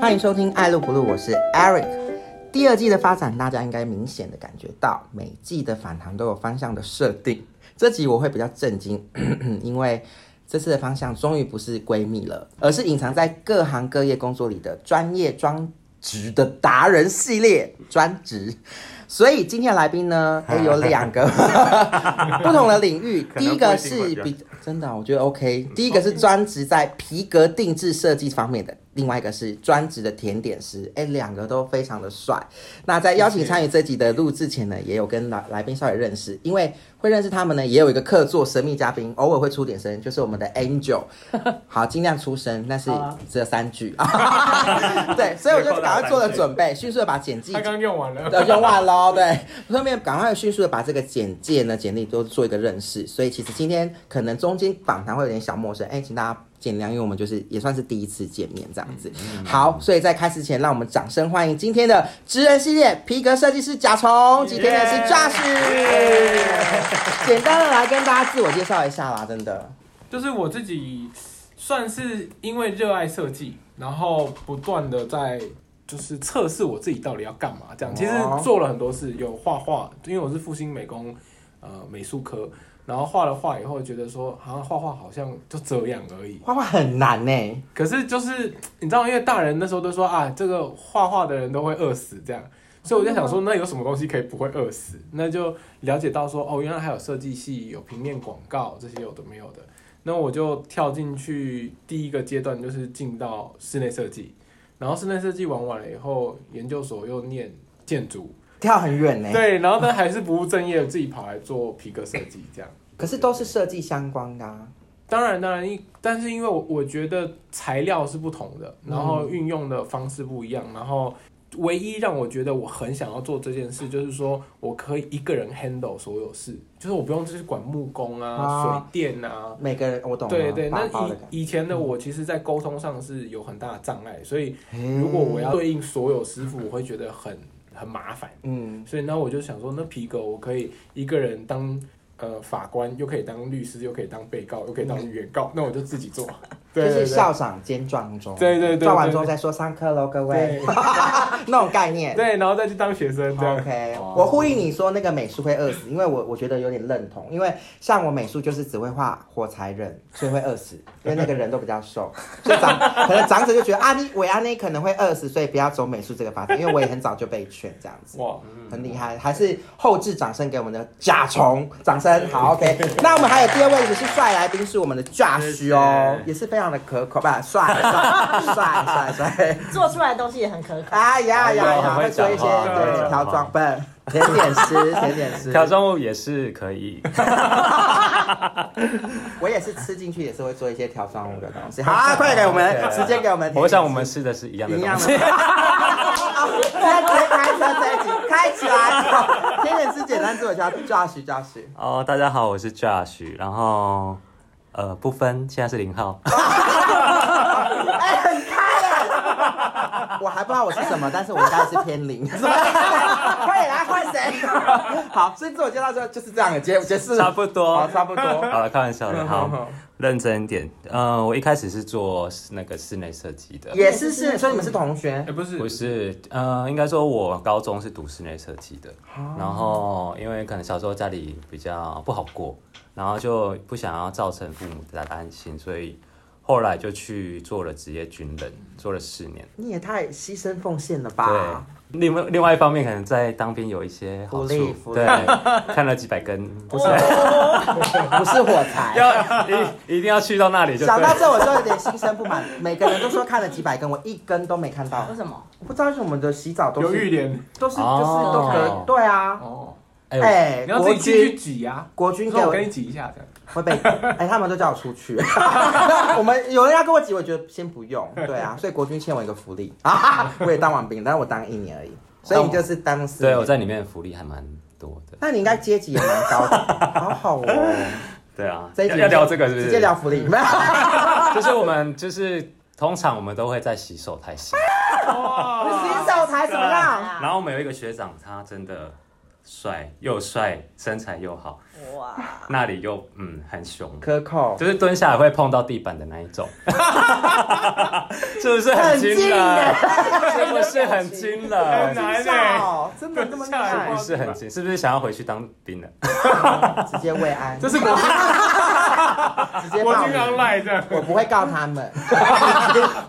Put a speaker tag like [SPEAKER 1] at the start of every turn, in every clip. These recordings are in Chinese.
[SPEAKER 1] 欢迎收听《爱路不路》，我是 Eric。第二季的发展，大家应该明显的感觉到，每季的反弹都有方向的设定。这集我会比较震惊， 因为这次的方向终于不是闺蜜了，而是隐藏在各行各业工作里的专业专职的达人系列专职。所以今天的来宾呢，也 有两个 不同的领域。
[SPEAKER 2] 可
[SPEAKER 1] 第
[SPEAKER 2] 能
[SPEAKER 1] 一个
[SPEAKER 2] 不一定会
[SPEAKER 1] 是
[SPEAKER 2] 比较
[SPEAKER 1] 比
[SPEAKER 2] 哦
[SPEAKER 1] 真的啊、我觉得 OK。第一个是专职在皮革定制设计方面的，另外一个是专职的甜点师，哎，两个都非常的帅。那在邀请参与这集的录制前呢，也有跟来来宾稍微认识，因为会认识他们呢，也有一个客座神秘嘉宾，偶尔会出点声，就是我们的 Angel。好，尽量出声，但是只有三句。 对，所以我就赶快做了准备，迅速的把简介
[SPEAKER 3] 他刚用完了，
[SPEAKER 1] 呃，用完喽，对，顺便赶快迅速的把这个简介呢、简历都做一个认识。所以其实今天可能中间访谈会有点小陌生，哎，请大家见谅，因为我们就是也算是第一次见面这样子。
[SPEAKER 3] 嗯
[SPEAKER 1] 好，所以在开始前，让我们掌声欢迎今天的职人系列皮革设计师甲虫及甜点师 Josh。简单的来跟大家自我介绍一下啦，真的，
[SPEAKER 3] 就是我自己算是因为热爱设计，然后不断的在就是测试我自己到底要干嘛这样。其实
[SPEAKER 1] 哦
[SPEAKER 3] 做了很多事，有画画，因为我是复兴美工呃美术科，然后画了画以后觉得说，好像画画好像就这样而已。
[SPEAKER 1] 画画很难呢、
[SPEAKER 3] 可是就是你知道，因为大人那时候都说啊，这个画画的人都会饿死这样，所以我就想说，那有什么东西可以不会饿死？那就了解到说，哦，原来还有设计系，有平面广告这些有的没有的。那我就跳进去第一个阶段，就是进到室内设计，然后室内设计玩完了以后，研究所又念建筑，
[SPEAKER 1] 跳很远呢、
[SPEAKER 3] 对，然后但还是不务正业，自己跑来做皮革设计这样。
[SPEAKER 1] 可是都是设计相关的、啊，
[SPEAKER 3] 当然，当然，因但是因为我我觉得材料是不同的，然后运用的方式不一样，然后唯一让我觉得我很想要做这件事，就是说我可以一个人 handle 所有事，就是我不用就是管木工啊、
[SPEAKER 1] 啊
[SPEAKER 3] 水电啊。
[SPEAKER 1] 每个人我懂啊，
[SPEAKER 3] 对对，那嗯
[SPEAKER 1] 八卦的感觉
[SPEAKER 3] 以以前的我其实，在沟通上是有很大的障碍，所以
[SPEAKER 1] 嗯
[SPEAKER 3] 如果我要对应所有师傅，我会觉得很很麻烦。
[SPEAKER 1] 嗯，
[SPEAKER 3] 所以呢，我就想说，那皮革我可以一个人当呃法官，又可以当律师，又可以当被告，又可以当原告，那我就自己 做。对
[SPEAKER 1] 就
[SPEAKER 3] 对
[SPEAKER 1] 是
[SPEAKER 3] 对
[SPEAKER 1] 校长兼壮钟，
[SPEAKER 3] 对对对对
[SPEAKER 1] 撞完钟再说上课喽，各位，
[SPEAKER 3] 对
[SPEAKER 1] 那种概念。
[SPEAKER 3] 对，然后再去当学生这样。
[SPEAKER 1] OK，
[SPEAKER 3] 哦
[SPEAKER 1] 我呼应你说那个美术会饿死，因为我我觉得有点认同，因为像我美术就是只会画火柴人，所以会饿 死，因为那个人都比较瘦，就长 可能长者就觉得啊，你维安内可能会饿死，所以不要走美术这个发展，因为我也很早就被劝这样子。
[SPEAKER 3] 哇，
[SPEAKER 1] 很厉害，还是后置掌声给我们的甲虫，掌声 好 OK。那我们还有第二位也是帅来宾，是我们的 Josh 哦，也是非常的可口，不帅帅帅帅帅，
[SPEAKER 4] 做出来的东西也很可口。
[SPEAKER 1] 哎呀呀呀，会做一些对调装笨，甜点师 甜点师，
[SPEAKER 2] 条状物也是可以，
[SPEAKER 1] 我也是吃进去也是会做一些调装物的东西。好啊，快给我们时间给我们，
[SPEAKER 2] 我想我们吃的是一样的
[SPEAKER 1] 一
[SPEAKER 2] 东
[SPEAKER 1] 样的。
[SPEAKER 2] 西。
[SPEAKER 1] 开车开车这一集开起来，甜点师简单自我介绍，Josh Josh。
[SPEAKER 2] 哦，大家好，我是 Josh，然后呃不分，现在是零 号。
[SPEAKER 1] 哎、很开 哎！我还不知道我是什么，但是我应该是偏零。 快点来啊换谁？ 好，所以自我介绍就就是这样的结结束了，
[SPEAKER 2] 差不多
[SPEAKER 1] 好差嗯不多。
[SPEAKER 2] 好了，开玩笑
[SPEAKER 3] 嗯
[SPEAKER 2] 的，好，认真一点。嗯、我一开始是做那个室内设计的。
[SPEAKER 1] 也是是，所以你们是同学
[SPEAKER 3] 哎，不是
[SPEAKER 2] 不是，呃，应该说我高中是读室内设计的，
[SPEAKER 1] 啊
[SPEAKER 2] 然后因为可能小时候家里比较不好过，然后就不想要造成父母的担心，所以后来就去做了职业军人，做了四年。
[SPEAKER 1] 你也太牺牲奉献了
[SPEAKER 2] 对
[SPEAKER 1] 吧？，
[SPEAKER 2] 另外另外一方面，可能在当兵有一些好
[SPEAKER 1] 福利
[SPEAKER 2] 处
[SPEAKER 1] 福，利
[SPEAKER 2] 对，看了几百 根，不是
[SPEAKER 5] 哦
[SPEAKER 1] 不是火 柴。
[SPEAKER 2] 要 一一定要去到那里就对
[SPEAKER 1] 想到
[SPEAKER 2] 了。
[SPEAKER 1] 这我就有点心生不满。每个人都说看了几百根，我一根都没看到
[SPEAKER 4] 为。什 么？
[SPEAKER 1] 我不知道为什么我们的洗澡都
[SPEAKER 3] 有
[SPEAKER 1] 是
[SPEAKER 3] 玉莲
[SPEAKER 1] 都是就是都可
[SPEAKER 2] 哦
[SPEAKER 1] 以。对啊，
[SPEAKER 3] 哦，
[SPEAKER 2] 哎我
[SPEAKER 1] 哎，
[SPEAKER 3] 你要自
[SPEAKER 1] 国
[SPEAKER 3] 己进去
[SPEAKER 1] 军
[SPEAKER 3] 挤呀。
[SPEAKER 1] 国
[SPEAKER 3] 你
[SPEAKER 1] 军给
[SPEAKER 3] 说
[SPEAKER 1] 我
[SPEAKER 3] 我跟你挤一下这样。
[SPEAKER 1] 会被哎、他们都叫我出去。 我们有人要跟我挤，我觉得先不用。对啊，所以国军欠我一个福利 啊，我也当完兵，但是我当一年而已，所以你就是当四年。
[SPEAKER 2] 对我在里面福利还蛮多的。
[SPEAKER 1] 那你应该阶级也蛮高的，好好哦。
[SPEAKER 2] 对啊，
[SPEAKER 1] 这一
[SPEAKER 2] 要
[SPEAKER 1] 集
[SPEAKER 2] 要聊这个是不是？
[SPEAKER 1] 直接聊 福利， 没有
[SPEAKER 2] 就是我们就是通常我们都会在洗手 台洗，
[SPEAKER 3] 哇
[SPEAKER 1] 洗手台怎么样？
[SPEAKER 2] 然后我们有一个学长，他真的帅又帅，身材又好，
[SPEAKER 4] 哇，
[SPEAKER 2] 那里又嗯很熊，
[SPEAKER 1] 克扣，
[SPEAKER 2] 就是蹲下来会碰到地板的那一种， 是不是很惊人？是不是很惊
[SPEAKER 3] 很
[SPEAKER 2] 人？
[SPEAKER 3] 哎难欸
[SPEAKER 1] 哎
[SPEAKER 3] 呢。
[SPEAKER 4] 哦，真的这么厉害
[SPEAKER 2] 是不？是很惊？是不是想要回去当兵了？
[SPEAKER 1] 哦直接慰安，
[SPEAKER 3] 这是国军
[SPEAKER 1] 直接
[SPEAKER 3] 国
[SPEAKER 1] 报
[SPEAKER 3] 军
[SPEAKER 1] 名
[SPEAKER 3] online 的，
[SPEAKER 1] 我不会告他们，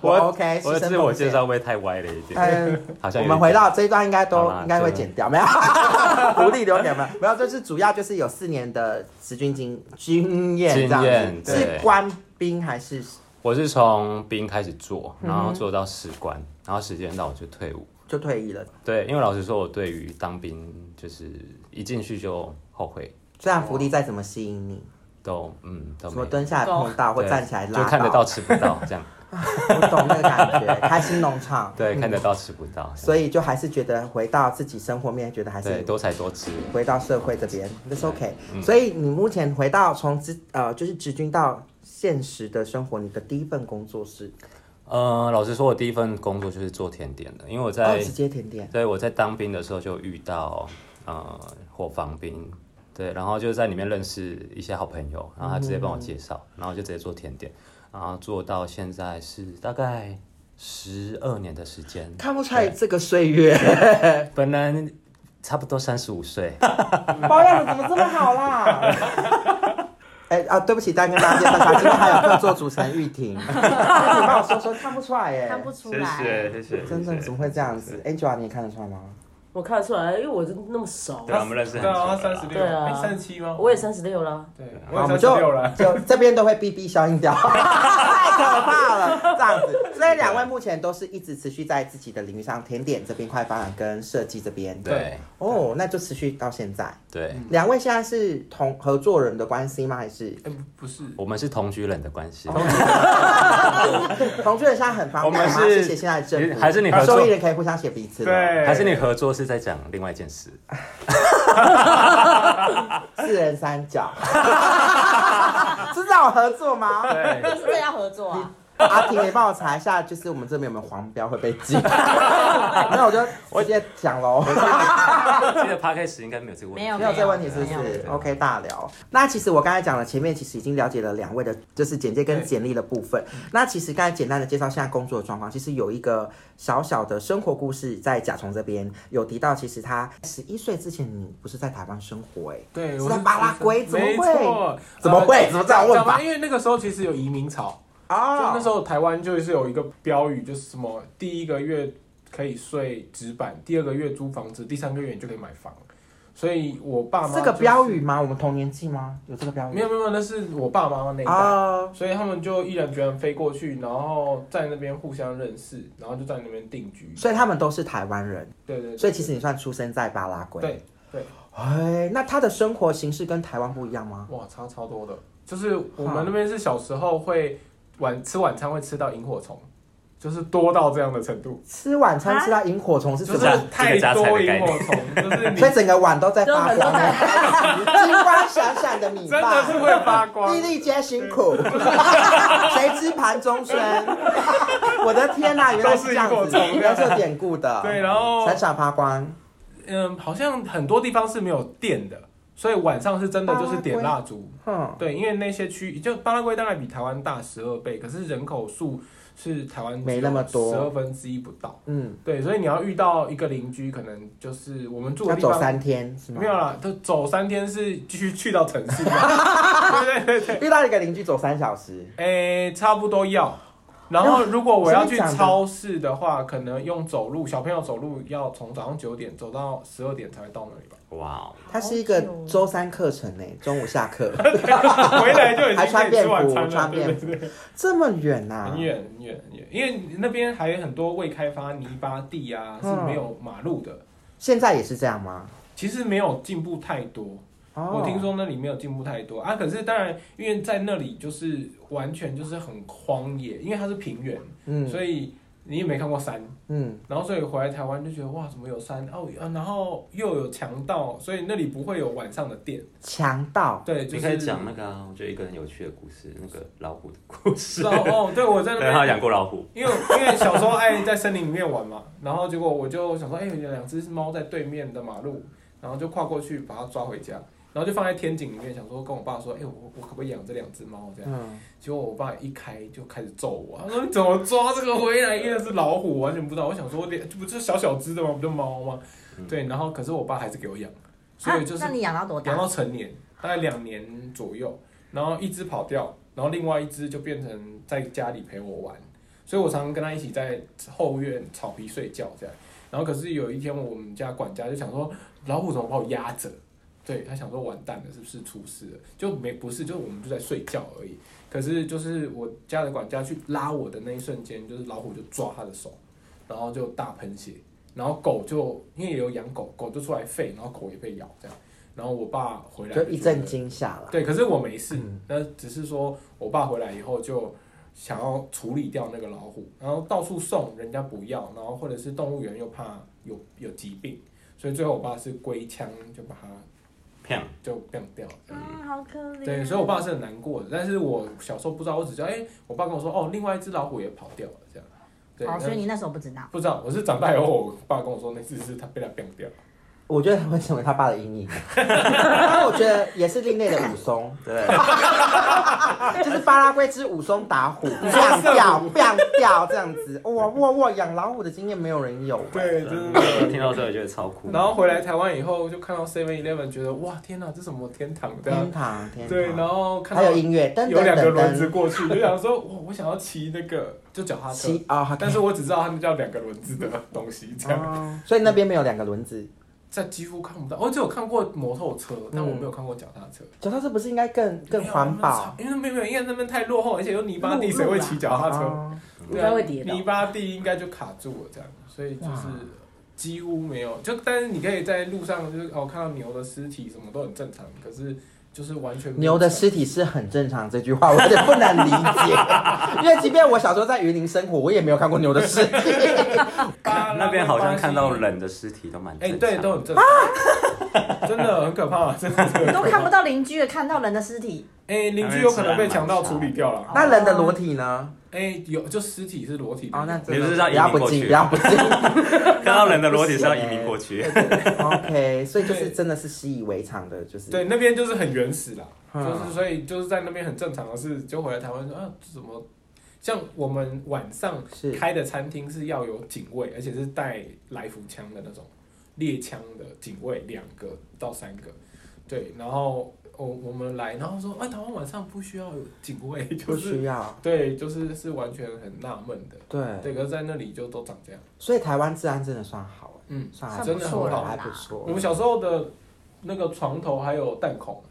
[SPEAKER 1] 我 OK，
[SPEAKER 2] 我
[SPEAKER 1] 牺
[SPEAKER 2] 的
[SPEAKER 1] 牲
[SPEAKER 2] 自我
[SPEAKER 1] 奉献
[SPEAKER 2] 介绍。会不会太歪了一点，
[SPEAKER 1] 嗯，
[SPEAKER 2] 好像
[SPEAKER 1] 我
[SPEAKER 2] 有
[SPEAKER 1] 们
[SPEAKER 2] 点
[SPEAKER 1] 回到这一段应该都
[SPEAKER 2] 好啦
[SPEAKER 1] 应该会
[SPEAKER 2] 就
[SPEAKER 1] 剪掉，没有 福利留给我们，没有，就是主要就是有四年的实军经经验这
[SPEAKER 2] 经
[SPEAKER 1] 样
[SPEAKER 2] 验
[SPEAKER 1] 子，是
[SPEAKER 2] 对
[SPEAKER 1] 官兵还是
[SPEAKER 2] 我是从兵开始做，
[SPEAKER 1] 嗯
[SPEAKER 2] 然后做到士官，然后时间到我就退伍。
[SPEAKER 1] 就退役了？
[SPEAKER 2] 对，因为老实说，我对于当兵就是一进去就后悔，
[SPEAKER 1] 虽然福利再怎么吸引你，
[SPEAKER 2] 都嗯都
[SPEAKER 1] 什
[SPEAKER 2] 没
[SPEAKER 1] 么蹲下来碰到或
[SPEAKER 2] 对
[SPEAKER 1] 站起来拉
[SPEAKER 2] 就看得到，吃不到这样，
[SPEAKER 1] 我懂那个感觉，开心农场。
[SPEAKER 2] 对，看得到吃不到，
[SPEAKER 1] 所以就还是觉得回到自己生活面，觉得还
[SPEAKER 2] 对嗯
[SPEAKER 1] 是
[SPEAKER 2] 多才多姿。
[SPEAKER 1] 回到社会这边，that's OK、所以你目前回到从职呃就是职军到现实的生活，你的第一份工作是
[SPEAKER 2] 呃，老实说，我第一份工作就是做甜点的，因为我
[SPEAKER 1] 哦
[SPEAKER 2] 在
[SPEAKER 1] 直接甜点，
[SPEAKER 2] 对，我在当兵的时候就遇到呃伙房兵，对，然后就在里面认识一些好朋友，然后他直接
[SPEAKER 1] 嗯
[SPEAKER 2] 帮我介绍，然后就直接做甜点，然后做到现在是大概十二年的时间，
[SPEAKER 1] 看不出来这个岁月，哎
[SPEAKER 2] 本人差不多三十五岁，
[SPEAKER 1] 保养的怎么这么好啦？ 哎、啊，对不起，再跟大家介绍一下，今天还有客座主持人玉 婷，你帮我说说，看不出来耶，
[SPEAKER 4] 看不出来，
[SPEAKER 2] 谢谢
[SPEAKER 1] 真的怎么会这样子？Angela，你也看得出来吗？
[SPEAKER 4] 我看得出来，因为我就那么熟
[SPEAKER 2] 对，啊我们认识很久
[SPEAKER 3] 对啊，
[SPEAKER 2] 了
[SPEAKER 3] 三十六，
[SPEAKER 4] 对啊
[SPEAKER 3] 哎，三十七吗？
[SPEAKER 4] 我也三十六了，
[SPEAKER 3] 对，
[SPEAKER 1] 好我
[SPEAKER 3] 我
[SPEAKER 1] 们
[SPEAKER 3] 也三十六
[SPEAKER 1] 就
[SPEAKER 3] 了。
[SPEAKER 1] 就这边都会哔哔消音 掉，太可怕了，这样子。所以两位目前都是一直持续在自己的领域上，甜点这边、快发展跟设计这边。
[SPEAKER 2] 对
[SPEAKER 1] 哦，那就持续到现在。
[SPEAKER 2] 对，
[SPEAKER 1] 两位现在是同合作人的关系吗？还是
[SPEAKER 3] 哎，不不是，
[SPEAKER 2] 我们是同居人的关系，
[SPEAKER 1] 同居人现在很方便吗？
[SPEAKER 2] 我们是
[SPEAKER 1] 谢谢现在的政府，
[SPEAKER 2] 还是你合作
[SPEAKER 1] 受益人可以互相写彼此的。
[SPEAKER 3] 对，
[SPEAKER 2] 还是你合作是在讲另外一件事？
[SPEAKER 1] 四人三 角，是这种合作吗？
[SPEAKER 3] 对。
[SPEAKER 4] 是这要合作啊？
[SPEAKER 1] 阿婷，你帮我查一下，就是我们这边有没有黄标会被记？ 那我就我直接讲喽。
[SPEAKER 2] 记得 podcast 应该没有这个问题，
[SPEAKER 4] 没有
[SPEAKER 1] 没有这个问题是不
[SPEAKER 4] 没有没
[SPEAKER 1] 是
[SPEAKER 2] 有
[SPEAKER 1] ？OK，大聊。那其实我刚才讲了，前面其实已经了解了两位的，就是简介跟简历的部分。
[SPEAKER 3] 嗯
[SPEAKER 1] 那其实刚才简单的介绍现在工作的状况，其实有一个小小的生活故事，在甲虫这边有提到，其实他十一岁之前，你不是在台湾生活、欸，
[SPEAKER 3] 对，
[SPEAKER 1] 是
[SPEAKER 3] 我
[SPEAKER 1] 在巴拉圭怎么会
[SPEAKER 3] 没错，
[SPEAKER 1] 怎么会
[SPEAKER 3] 呃
[SPEAKER 1] 怎么这样问法
[SPEAKER 3] 讲吧因为那个时候其实有移民潮，
[SPEAKER 1] 哎，
[SPEAKER 3] 就
[SPEAKER 1] 哦，
[SPEAKER 3] 那时候台湾就是有一个标语，就是什么第一个月可以睡纸板，第二个月租房子，第三个月你就可以买房。所以我爸妈、
[SPEAKER 1] 这个标语，吗？我们同年纪吗？有这个标语？
[SPEAKER 3] 没有没有没有，那是我爸妈那一代。
[SPEAKER 1] 啊。
[SPEAKER 3] 所以他们就毅然决然飞过去，然后在那边互相认识，然后就在那边定居。
[SPEAKER 1] 所以他们都是台湾人，
[SPEAKER 3] 对对对，
[SPEAKER 1] 所以其实你算出生在巴拉圭。
[SPEAKER 3] 对对，
[SPEAKER 1] 哎，那他的生活形式跟台湾不一样吗？
[SPEAKER 3] 哇，差超多的。就是我们那边是小时候会晚吃晚餐会吃到萤火虫，就是多到这样的程度，
[SPEAKER 1] 吃晚餐
[SPEAKER 4] 啊
[SPEAKER 1] 吃到萤火虫是
[SPEAKER 3] 就
[SPEAKER 1] 什
[SPEAKER 3] 是
[SPEAKER 1] 么？
[SPEAKER 3] 太多萤火虫，就是 你
[SPEAKER 1] 所以整个碗都在发
[SPEAKER 4] 就很多
[SPEAKER 1] 光，金光闪闪的米
[SPEAKER 3] 真的是
[SPEAKER 1] 饭，
[SPEAKER 3] 会发光
[SPEAKER 1] 粒。粒皆辛 苦，谁知盘中餐？我的天哪、原来是这样
[SPEAKER 3] 都
[SPEAKER 1] 子，
[SPEAKER 3] 是萤火虫
[SPEAKER 1] 原来是有典故的。
[SPEAKER 3] 对，然后
[SPEAKER 1] 闪闪发光，
[SPEAKER 3] 嗯，好像很多地方是没有电的，所以晚上是真的就是点蜡烛。
[SPEAKER 1] 哼，
[SPEAKER 3] 对，因为那些区就巴拉圭大概比台湾大十二倍，可是人口数是台湾
[SPEAKER 1] 没那么多
[SPEAKER 3] 十二分之一不到。
[SPEAKER 1] 嗯，
[SPEAKER 3] 对，所以你要遇到一个邻居，可能就是我们住
[SPEAKER 1] 要
[SPEAKER 3] 的地
[SPEAKER 1] 走
[SPEAKER 3] 方
[SPEAKER 1] 三天是吗
[SPEAKER 3] 没？有啦，就走三天是继续去到城市嘛，对对对，
[SPEAKER 1] 遇到一个邻居走三小时，
[SPEAKER 3] 诶、差不多要。然后如果我要去
[SPEAKER 1] 哦真的假的
[SPEAKER 3] 超市的话，可能用走路，小朋友走路要从早上九点走到十二点才会到那里吧，
[SPEAKER 2] 哇哦，
[SPEAKER 1] 它是一个周三课程呢、中午下 课，
[SPEAKER 3] 回来就已
[SPEAKER 1] 还穿
[SPEAKER 3] 经可以吃
[SPEAKER 1] 便
[SPEAKER 3] 晚
[SPEAKER 1] 服
[SPEAKER 3] 餐，了，
[SPEAKER 1] 穿
[SPEAKER 3] 对
[SPEAKER 1] 便
[SPEAKER 3] 对
[SPEAKER 1] 服啊
[SPEAKER 3] 对，，
[SPEAKER 1] 这么远呐、
[SPEAKER 3] 很远很远很远，因为那边还有很多未开发泥巴地啊，是
[SPEAKER 1] 嗯
[SPEAKER 3] 没有马路的，
[SPEAKER 1] 现在也是这样吗？
[SPEAKER 3] 其实没有进步太多，
[SPEAKER 1] 哦
[SPEAKER 3] 我听说那里没有进步太多啊，可是当然，因为在那里就是完全就是很荒野，因为它是平原，
[SPEAKER 1] 嗯
[SPEAKER 3] 所以你也没看过山，
[SPEAKER 1] 嗯，
[SPEAKER 3] 然后所以回来台湾就觉得哇，怎么有山哦、啊，然后又有强盗，所以那里不会有晚上的店。
[SPEAKER 1] 强盗
[SPEAKER 3] 对，就是
[SPEAKER 2] 你可以讲那个啊，我觉得一个很有趣的故事，那个老虎的故事。
[SPEAKER 3] 哦哦，对我在那
[SPEAKER 2] 对，他
[SPEAKER 3] 边，
[SPEAKER 2] 养过老虎，
[SPEAKER 3] 因为因为小时候爱在森林里面玩嘛，然后结果我就想说，哎、有两只猫在对面的马路，然后就跨过去把它抓回家，然后就放在天井里面，想说跟我爸说，哎、我我可不可以养这两只猫这样？
[SPEAKER 1] 嗯，
[SPEAKER 3] 结果我爸一开就开始揍我，啊他说你怎么抓这个回来？因为是老虎，我完全不知道。我想说，我脸这不就是小小只的吗？不就猫吗？对，然后可是我爸还是给我养，所以就是
[SPEAKER 5] 啊那你养到多
[SPEAKER 3] 养
[SPEAKER 5] 大？
[SPEAKER 3] 到成年，大概两年左右，然后一只跑掉，然后另外一只就变成在家里陪我玩，所以我常常跟他一起在后院草皮睡觉这样。然后可是有一天，我们家管家就想说，老虎怎么把我压着？对他想说完蛋了，是不是出事了？就没不是，就我们就在睡觉而已。可是就是我家的管家去拉我的那一瞬间，就是老虎就抓他的手，然后就大喷血，然后狗就因为也有养狗，狗就出来吠，然后狗也被咬这样。然后我爸回来
[SPEAKER 1] 就一阵
[SPEAKER 3] 觉得
[SPEAKER 1] 惊吓了。
[SPEAKER 3] 对，可是我没事，那只是说我爸回来以后就想要处理掉那个老虎，然后到处送人家不要，然后或者是动物园又怕有有疾病，所以最后我爸是归枪就把它
[SPEAKER 2] 骗
[SPEAKER 3] 就变掉了。
[SPEAKER 5] 嗯，好可怜。
[SPEAKER 3] 对，所以我爸是很难过的，但是我小时候不知道，我只知道，哎、我爸跟我说，哦，另外一只老虎也跑掉了，这样。对，呃
[SPEAKER 5] 哦，所以
[SPEAKER 3] 那
[SPEAKER 5] 你那时候不知道。
[SPEAKER 3] 不知道，我是长大以后，我爸跟我说那只是他被他变掉了。
[SPEAKER 1] 我觉得他会成为他爸的阴 影。但我觉得也是另类的武松，对， 就是巴拉圭之武松打 虎，
[SPEAKER 3] 松
[SPEAKER 1] 变
[SPEAKER 3] 射
[SPEAKER 1] 掉
[SPEAKER 3] 虎
[SPEAKER 1] 变掉这样子。哇哇哇！养老虎的经验没有人有。
[SPEAKER 3] 对，
[SPEAKER 2] 真
[SPEAKER 3] 的。
[SPEAKER 2] 的听到这里觉得超酷。
[SPEAKER 3] 然后回来台湾以后，就看到 Seven Eleven，觉得哇，天哪，这什么天堂这样
[SPEAKER 1] 天。堂，天堂。
[SPEAKER 3] 啊对，然后看
[SPEAKER 1] 还
[SPEAKER 3] 到
[SPEAKER 1] 有音乐，噔
[SPEAKER 3] 有
[SPEAKER 1] 噔
[SPEAKER 3] 两个
[SPEAKER 1] 噔
[SPEAKER 3] 轮子
[SPEAKER 1] 噔。
[SPEAKER 3] 过去，就想说，我我想要骑那个，就脚踏车。
[SPEAKER 1] 骑啊，好
[SPEAKER 3] 但是我只知道他们叫两个轮子的东西，这样
[SPEAKER 1] 哦所以那边没有两个轮子，
[SPEAKER 3] 在几乎看不到。我哦只有看过摩托车，但我没有看过脚踏车。
[SPEAKER 1] 脚踏车不是应该更更环保？
[SPEAKER 3] 没有，因为没有，因为那边太落后，而且有泥巴地，谁会骑脚踏车？
[SPEAKER 1] 哦
[SPEAKER 3] 对
[SPEAKER 4] 应
[SPEAKER 3] 啊
[SPEAKER 4] 该会跌倒
[SPEAKER 3] 泥。巴地应该就卡住了，这样，所以就是
[SPEAKER 1] 哇
[SPEAKER 3] 几乎没有。就但是你可以在路上，就是哦看到牛的尸体什么都很正常，可是就是完全没有
[SPEAKER 1] 牛的
[SPEAKER 3] 车
[SPEAKER 1] 尸体是很正常，这句话我有点不能理 解，因为即便我小时候在云林生活，我也没有看过牛的尸体。
[SPEAKER 3] 巴拉
[SPEAKER 2] 那边好像看到
[SPEAKER 3] 巴西
[SPEAKER 2] 人的尸体都蛮
[SPEAKER 3] 哎、
[SPEAKER 2] 正常
[SPEAKER 3] 对，都很正常，
[SPEAKER 1] 啊
[SPEAKER 3] 真的很可怕，真的很可怕。
[SPEAKER 5] 你都看不到邻居了，看到人的尸体，
[SPEAKER 3] 哎、邻居有可能被强盗处理掉了。
[SPEAKER 1] 那人的裸体呢？
[SPEAKER 3] 哎、有就尸体是裸体的。
[SPEAKER 1] 哦，那真
[SPEAKER 2] 你
[SPEAKER 1] 的
[SPEAKER 2] 是要
[SPEAKER 1] 不要不敬，
[SPEAKER 2] 移民过去
[SPEAKER 1] 不要不 敬。
[SPEAKER 2] 看到人的裸体是要移民 过去。
[SPEAKER 1] OK，所以就是
[SPEAKER 3] 对
[SPEAKER 1] 真的是习以为常的，就是
[SPEAKER 3] 对，那边就是很原始啦，
[SPEAKER 1] 嗯
[SPEAKER 3] 就是所以就是在那边很正常的事，就回来台湾说啊，怎么像我们晚上
[SPEAKER 1] 是
[SPEAKER 3] 开的餐厅是要有警卫，而且是带来福枪的那种猎枪的警卫，两个到三个，对，然后我我们来，然后说哎、台湾晚上不需要有警卫， 就
[SPEAKER 1] 不
[SPEAKER 3] 是
[SPEAKER 1] 需要。
[SPEAKER 3] 对，就是是完全很纳闷的，
[SPEAKER 1] 对，
[SPEAKER 3] 对，可是在那里就都长这样，
[SPEAKER 1] 所以台湾治安真的算好，欸
[SPEAKER 3] 嗯，
[SPEAKER 1] 算还
[SPEAKER 3] 真的很好
[SPEAKER 1] 还不错
[SPEAKER 3] 我。们小时候的那个床头还有弹孔。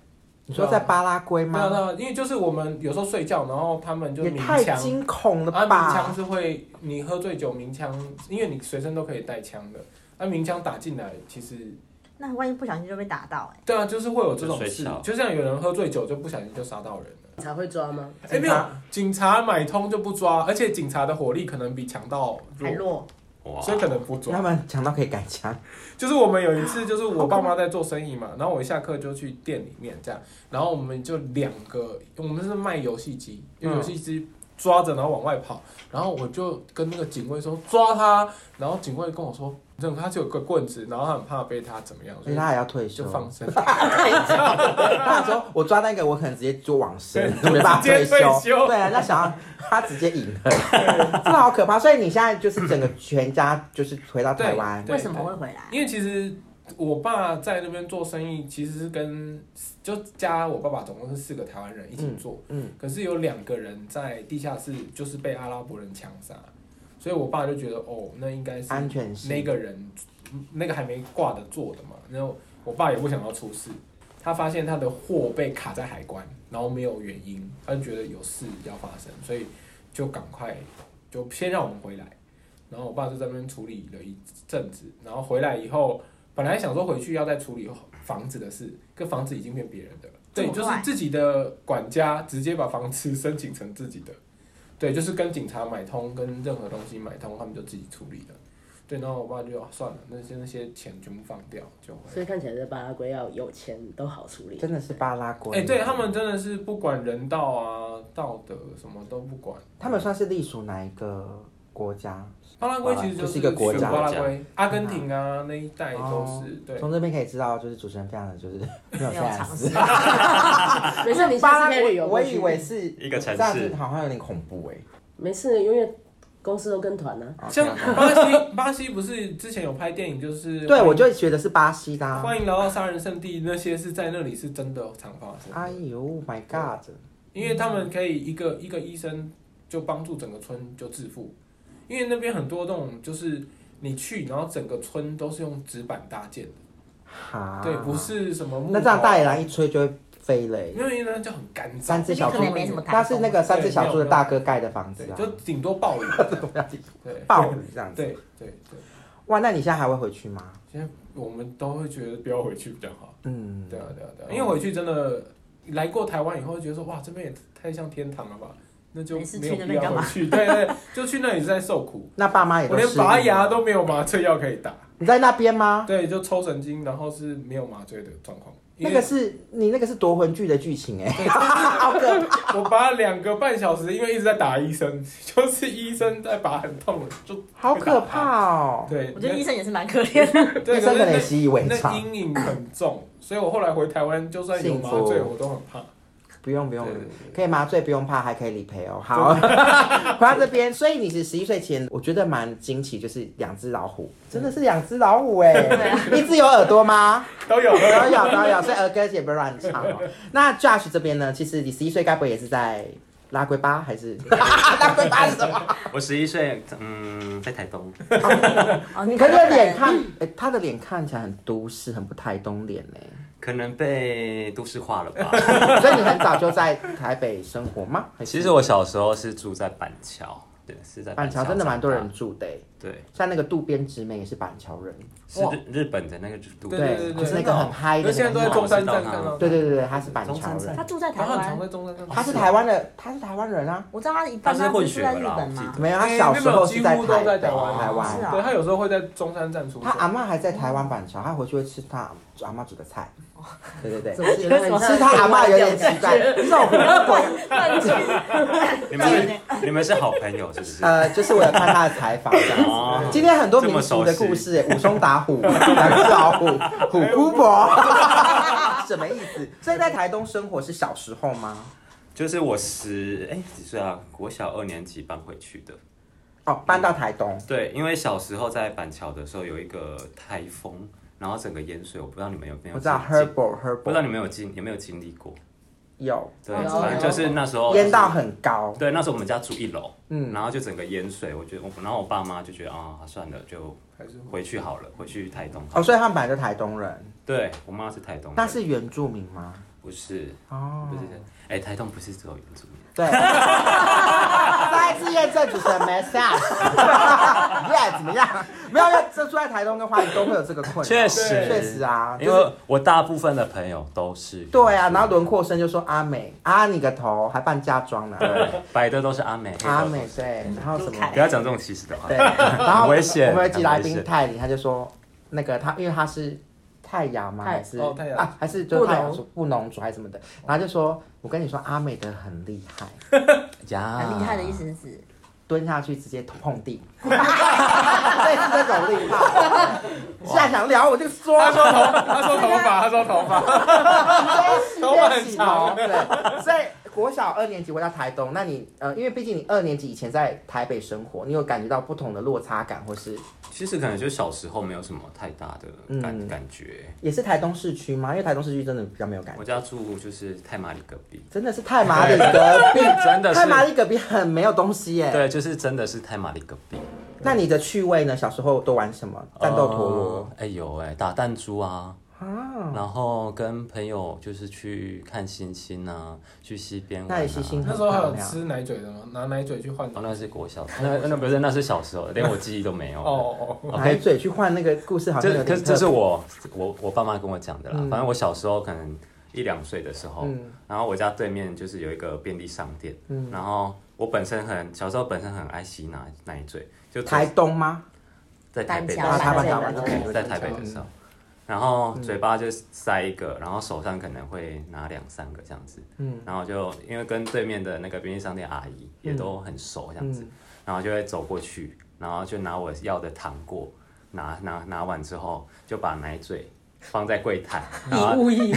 [SPEAKER 1] 你说在巴拉圭
[SPEAKER 3] 没有没
[SPEAKER 1] 吗？
[SPEAKER 3] 有，因为就是我们有时候睡觉，然后他啊们就
[SPEAKER 1] 也
[SPEAKER 3] 鸣
[SPEAKER 1] 太
[SPEAKER 3] 枪，
[SPEAKER 1] 惊恐了
[SPEAKER 3] 啊，鸣
[SPEAKER 1] 吧
[SPEAKER 3] 枪！是会你喝醉酒鸣枪，因为你随身都可以带枪的，那、鸣枪打进来，其实
[SPEAKER 5] 那万一不小心就被打到哎、
[SPEAKER 3] 对啊，就是会有这种
[SPEAKER 2] 就睡
[SPEAKER 3] 事
[SPEAKER 2] 觉，
[SPEAKER 3] 就像有人喝醉酒就不小心就杀到人了。
[SPEAKER 4] 才会抓吗？
[SPEAKER 3] 哎、没有，警察买通就不抓，而且警察的火力可能比强盗弱
[SPEAKER 5] 还，弱，
[SPEAKER 2] 哇，
[SPEAKER 3] 所以可能不抓
[SPEAKER 1] 要。不然强盗可以改枪，
[SPEAKER 3] 就是我们有一次，就是我爸妈在做生意嘛，然后我一下课就去店里面这样，然后我们就两个，我们是卖游戏机，
[SPEAKER 1] 嗯
[SPEAKER 3] 用游戏机抓着然后往外跑，然后我就跟那个警卫说抓他，然后警卫跟我说，这他就有个棍子，然后他很怕被他怎么样，
[SPEAKER 1] 所
[SPEAKER 3] 所
[SPEAKER 1] 以
[SPEAKER 3] 以
[SPEAKER 1] 他还要退休
[SPEAKER 3] 就。放生，
[SPEAKER 1] 他说我抓那个，我可能直接就往生，没办法
[SPEAKER 3] 直接退
[SPEAKER 1] 休。
[SPEAKER 3] 休
[SPEAKER 1] 对，啊那想要他直接赢了，真的好可怕。所以你现在就是整个全家就是回到台湾，
[SPEAKER 3] 对
[SPEAKER 5] 为什么会回来？
[SPEAKER 3] 因为其实我爸在那边做生意，其实是跟就加我爸爸总共是四个台湾人一起做，
[SPEAKER 1] 嗯，
[SPEAKER 3] 可是有两个人在地下室就是被阿拉伯人枪杀，所以我爸就觉得哦，那应该是
[SPEAKER 1] 安全性
[SPEAKER 3] 那个人嗯那个还没挂的做的嘛。然后我爸也不想要出事，他发现他的货被卡在海关，然后没有原因，他就觉得有事要发生，所以就赶快就先让我们回来。然后我爸就在那边处理了一阵子，然后回来以后，本来想说回去要再处理房子的事，可房子已经变别人的了。对，
[SPEAKER 5] 这么
[SPEAKER 3] 就是
[SPEAKER 5] 快
[SPEAKER 3] 自己的管家直接把房子申请成自己的，对，就是跟警察买通，跟任何东西买通，他们就自己处理的。对，然后我爸就、啊算了，那些那些钱全部放掉就回来。
[SPEAKER 4] 所以看起来在巴拉圭要有钱都好处理。
[SPEAKER 1] 真的是巴拉圭。
[SPEAKER 3] 哎、对他们真的是不管人道啊、道德什么都不管。
[SPEAKER 1] 他们算是隶属哪一个国家，
[SPEAKER 3] 巴拉圭其实
[SPEAKER 1] 就是是一个国
[SPEAKER 3] 选
[SPEAKER 1] 家
[SPEAKER 3] 巴拉圭、阿根廷啊那一带都
[SPEAKER 1] 哦
[SPEAKER 3] 是对。
[SPEAKER 1] 从这边可以知道，就是主持人非常的就是没有
[SPEAKER 5] 没有
[SPEAKER 1] sense
[SPEAKER 5] 尝。试。
[SPEAKER 4] 没事，你
[SPEAKER 1] 巴
[SPEAKER 4] 下
[SPEAKER 1] 拉
[SPEAKER 4] 次可以旅
[SPEAKER 1] 圭，
[SPEAKER 4] 游。
[SPEAKER 1] 我以为是
[SPEAKER 2] 一个城市
[SPEAKER 1] 这样子好像有点恐怖哎、
[SPEAKER 4] 没事，因为公司都跟团啊呢、
[SPEAKER 1] 好
[SPEAKER 3] 像
[SPEAKER 1] 这样
[SPEAKER 3] 巴西，巴西不是之前有拍电影，就是
[SPEAKER 1] 对我
[SPEAKER 3] 就
[SPEAKER 1] 就觉得是巴西的、啊。
[SPEAKER 3] 欢迎来到杀人圣地，那些是在那里是真的常发生，
[SPEAKER 1] 哎呦，My God！
[SPEAKER 3] 因为他们可以一个一个医生就帮助整个村就致富，因为那边很多那种就是你去，然后整个村都是用纸板搭建的，
[SPEAKER 1] 哈，
[SPEAKER 3] 对，不。是什么木
[SPEAKER 1] 啊
[SPEAKER 3] 头啊
[SPEAKER 1] 那这样大野狼一吹就会飞嘞、
[SPEAKER 3] 因为呢就很干
[SPEAKER 1] 三
[SPEAKER 3] 燥，
[SPEAKER 1] 只小
[SPEAKER 5] 嗯可
[SPEAKER 1] 猪
[SPEAKER 5] 能，没什么啊台
[SPEAKER 1] 那
[SPEAKER 5] 风
[SPEAKER 1] 是那个三只小猪的大哥盖的房
[SPEAKER 3] 对
[SPEAKER 1] 子，啊
[SPEAKER 3] 就，顶多 暴雨，对，
[SPEAKER 1] 暴雨这样子。
[SPEAKER 3] 对，对对对，
[SPEAKER 1] 哇，那你现在还会回去吗？
[SPEAKER 3] 现在我们都会觉得不要回去比较好。
[SPEAKER 1] 嗯，
[SPEAKER 3] 对啊，对啊，对啊，因为回去真的来过台湾以后，会觉得说哇，这边也太像天堂了吧，那就
[SPEAKER 5] 没事
[SPEAKER 3] 没有
[SPEAKER 5] 去那
[SPEAKER 3] 必
[SPEAKER 5] 边
[SPEAKER 3] 要
[SPEAKER 5] 干嘛
[SPEAKER 3] 回去。对对，就去那里是在受苦，
[SPEAKER 1] 那爸妈也
[SPEAKER 3] 我
[SPEAKER 1] 都
[SPEAKER 3] 连
[SPEAKER 1] 是
[SPEAKER 3] 拔牙都没有麻醉药可以打，
[SPEAKER 1] 你在那边吗？
[SPEAKER 3] 对，就抽神经，然后是没有麻醉的状况。因
[SPEAKER 1] 那
[SPEAKER 3] 为
[SPEAKER 1] 个是你那个是夺魂剧的剧情哎、 好可 怕！
[SPEAKER 3] 我拔了两个半小时，因为一直在打医生， 就是医生在拔，很痛，我就
[SPEAKER 1] 好可怕哦！
[SPEAKER 3] 对。
[SPEAKER 5] 我觉得医生也是蛮可怜 的，
[SPEAKER 3] 那对，
[SPEAKER 1] 医生可能也
[SPEAKER 3] 可是
[SPEAKER 1] 习以为
[SPEAKER 3] 那那
[SPEAKER 1] 常，
[SPEAKER 3] 阴影很重，所以我后来回台湾，就算有麻醉，
[SPEAKER 1] 幸福
[SPEAKER 3] 我都很怕。
[SPEAKER 1] 不用不
[SPEAKER 3] 对
[SPEAKER 1] 用
[SPEAKER 3] 对，
[SPEAKER 1] 可以麻醉不用怕，还可以理赔哦。好， 回到这边，所以你是十一岁前，我觉得蛮惊奇，就是两只老虎，真的是两只老虎哎、
[SPEAKER 5] 对啊
[SPEAKER 1] 一只有耳朵吗？
[SPEAKER 3] 对都有
[SPEAKER 1] 都 有都有，所以儿歌也不会乱唱哦。那 Josh 这边呢，其实你十一岁该不会也是在拉圭巴还是拉圭巴是什么？
[SPEAKER 2] 我十一岁，嗯，在台东，
[SPEAKER 5] 哦
[SPEAKER 1] 你看这脸看，哎、他的脸看起来很都市，很不台东脸呢、
[SPEAKER 2] 可能被都市化了 吧。
[SPEAKER 1] 所以你很早就在台北生活吗？还是
[SPEAKER 2] 其实我小时候是住在板桥，对，是在
[SPEAKER 1] 板
[SPEAKER 2] 桥
[SPEAKER 1] 桥真的蛮多人
[SPEAKER 2] 长
[SPEAKER 1] 住的、欸，
[SPEAKER 2] 大，对，
[SPEAKER 1] 像那个渡边直美也是板桥人，
[SPEAKER 2] 是
[SPEAKER 1] 哇
[SPEAKER 2] 日日本的那个都
[SPEAKER 3] 对对对
[SPEAKER 1] 就是那个很嗨的
[SPEAKER 3] 那现在
[SPEAKER 1] 那
[SPEAKER 3] 都
[SPEAKER 1] 个
[SPEAKER 3] 在
[SPEAKER 1] 女
[SPEAKER 3] 中
[SPEAKER 1] 孩。
[SPEAKER 3] 山站看到。
[SPEAKER 1] 对对对对，他是板桥
[SPEAKER 2] 中山
[SPEAKER 1] 人
[SPEAKER 2] 站，
[SPEAKER 5] 他住在台
[SPEAKER 3] 他很常
[SPEAKER 5] 湾，
[SPEAKER 3] 在中山站。
[SPEAKER 1] 他是台湾的，他是台湾人啊。
[SPEAKER 5] 我知道他一半
[SPEAKER 2] 他是
[SPEAKER 5] 不
[SPEAKER 2] 混
[SPEAKER 5] 是
[SPEAKER 2] 血
[SPEAKER 5] 在
[SPEAKER 2] 的
[SPEAKER 5] 日
[SPEAKER 2] 啦
[SPEAKER 5] 本
[SPEAKER 2] 我
[SPEAKER 5] 嘛
[SPEAKER 2] 记，
[SPEAKER 1] 没有，他小时候是
[SPEAKER 3] 哎那边有几乎都在
[SPEAKER 1] 台
[SPEAKER 3] 台湾
[SPEAKER 1] 台湾
[SPEAKER 5] 是啊
[SPEAKER 3] 对他有时候会在中山站出
[SPEAKER 1] 他
[SPEAKER 3] 现。
[SPEAKER 1] 阿嬷还在台湾板桥，他回去会吃他阿嬷煮的菜。 对对对，
[SPEAKER 4] 哦怎么觉得很像
[SPEAKER 1] 吃他阿嬷有点奇怪，肉骨鬼。
[SPEAKER 2] 你们你们是好朋友是不是？
[SPEAKER 1] 呃，就是我有看他的采访这样子。
[SPEAKER 2] 哦
[SPEAKER 1] 今天很多民俗的故事，哎武松打虎，两只老虎，虎姑婆， 什么意思？所以在台东生活是小时候吗？
[SPEAKER 2] 就是我十哎几岁啊？国小二年级搬回去的。
[SPEAKER 1] 哦，搬到台东，
[SPEAKER 2] 对，因为小时候在板桥的时候有一个台风，然后整个淹水，我不知道你们有没有
[SPEAKER 1] 我知道
[SPEAKER 2] 经经
[SPEAKER 1] herbal
[SPEAKER 2] 嗯不知道
[SPEAKER 1] herbal
[SPEAKER 2] 你们有经有没有经历过？
[SPEAKER 1] 有
[SPEAKER 2] 对，
[SPEAKER 4] 有
[SPEAKER 2] 反正哦就是那时候
[SPEAKER 1] 淹到很高，
[SPEAKER 2] 对，那时候我们家住一楼，
[SPEAKER 1] 嗯
[SPEAKER 2] 然后就整个淹水，我觉得我，然后我爸妈就觉得啊、算了，就
[SPEAKER 3] 还是
[SPEAKER 2] 回去好了，回去台东
[SPEAKER 1] 哦，
[SPEAKER 2] 好了。
[SPEAKER 1] 所以他们本来就台东人，
[SPEAKER 2] 对我妈是台东人，
[SPEAKER 1] 那是原住民吗？
[SPEAKER 2] 不是
[SPEAKER 1] 哦
[SPEAKER 2] 不是，哎、台东不是只有原住民，
[SPEAKER 1] 对，再一次验证主持人没 下，耶，怎么样？没有，因为这住在台东跟花莲都会有这个困扰，
[SPEAKER 2] 确实
[SPEAKER 1] 确实啊，
[SPEAKER 2] 因
[SPEAKER 1] 就是
[SPEAKER 2] 为我大部分的朋友都是原住民
[SPEAKER 1] 对啊，然后轮廓声就说阿美啊，你个头还扮嫁妆呢，
[SPEAKER 2] 对白的都是阿美，黑的
[SPEAKER 1] 阿
[SPEAKER 2] 都
[SPEAKER 1] 美
[SPEAKER 2] 是
[SPEAKER 1] 对，然后什
[SPEAKER 5] 陆
[SPEAKER 1] 么
[SPEAKER 5] 凯
[SPEAKER 2] 不要讲这种歧视的话
[SPEAKER 1] 对，，然后
[SPEAKER 2] 很危险
[SPEAKER 1] 我们有一集来
[SPEAKER 2] 很危
[SPEAKER 1] 宾
[SPEAKER 2] 险
[SPEAKER 1] 泰里，他就说那个他，因为他是泰雅吗？
[SPEAKER 4] 泰
[SPEAKER 1] 还是
[SPEAKER 3] 哦泰雅
[SPEAKER 1] 啊？还是就
[SPEAKER 4] 布农
[SPEAKER 1] 是泰雅族布农族还是什么的？然后就说，我跟你说，阿美的很厉害，
[SPEAKER 2] 呀
[SPEAKER 5] 很厉害的意思是指
[SPEAKER 1] 蹲下去直接碰地，类似这种厉害。现在想聊我就说，
[SPEAKER 3] 他说头， 他说头发，他说头发，头发很长
[SPEAKER 1] 对，所以国小二年级回到台东，那你呃，因为毕竟你二年级以前在台北生活，你有感觉到不同的落差感，或是
[SPEAKER 2] 其实可能就小时候没有什么太大的感、
[SPEAKER 1] 嗯
[SPEAKER 2] 感觉。
[SPEAKER 1] 也是台东市区吗？因为台东市区真的比较没有感
[SPEAKER 2] 我
[SPEAKER 1] 觉，
[SPEAKER 2] 家住就是太麻里隔壁，
[SPEAKER 1] 真的是太马里隔壁，
[SPEAKER 2] 真的是
[SPEAKER 1] 太马里隔壁很没有东西耶。
[SPEAKER 2] 对，就是真的是太麻里隔壁。
[SPEAKER 1] 那你的趣味呢？小时候都玩什么？战斗陀螺
[SPEAKER 2] 呃，哎、有哎、打弹珠啊，
[SPEAKER 1] 啊？
[SPEAKER 2] 然后跟朋友就是去看星星啊，去溪边玩、啊。
[SPEAKER 1] 那你星星
[SPEAKER 3] 那时候还有吃奶嘴的吗？拿奶嘴去换
[SPEAKER 2] 哦，
[SPEAKER 3] 的。
[SPEAKER 2] 那是国小，那那不是，那是小时候，连我记忆都没有。哦，
[SPEAKER 3] 哦哦，
[SPEAKER 1] 奶嘴去啊换那个故事好像有
[SPEAKER 2] 这
[SPEAKER 1] 点
[SPEAKER 2] 这
[SPEAKER 1] 特
[SPEAKER 2] 这是
[SPEAKER 1] 别
[SPEAKER 2] 我我我爸妈跟我讲的啦。
[SPEAKER 1] 嗯
[SPEAKER 2] 反正我小时候可能一两岁的时候，
[SPEAKER 1] 嗯
[SPEAKER 2] 然后我家对面就是有一个便利商店，
[SPEAKER 1] 嗯
[SPEAKER 2] 然后我本身很小时候本身很爱洗奶奶嘴，就
[SPEAKER 1] 台东吗？
[SPEAKER 2] 在台北
[SPEAKER 5] 板
[SPEAKER 2] 的
[SPEAKER 5] 桥
[SPEAKER 2] 时候
[SPEAKER 5] 板桥
[SPEAKER 2] 在台北的时候，然后嘴巴就塞一个，然后手上可能会拿两三个这样子，
[SPEAKER 3] 嗯，
[SPEAKER 2] 然后就因为跟对面的那个便利商店阿姨也都很熟这样子，然后就会走过去，然后就拿我要的糖果，拿拿拿完之后就把奶嘴放在柜台，然后
[SPEAKER 4] 以物易物，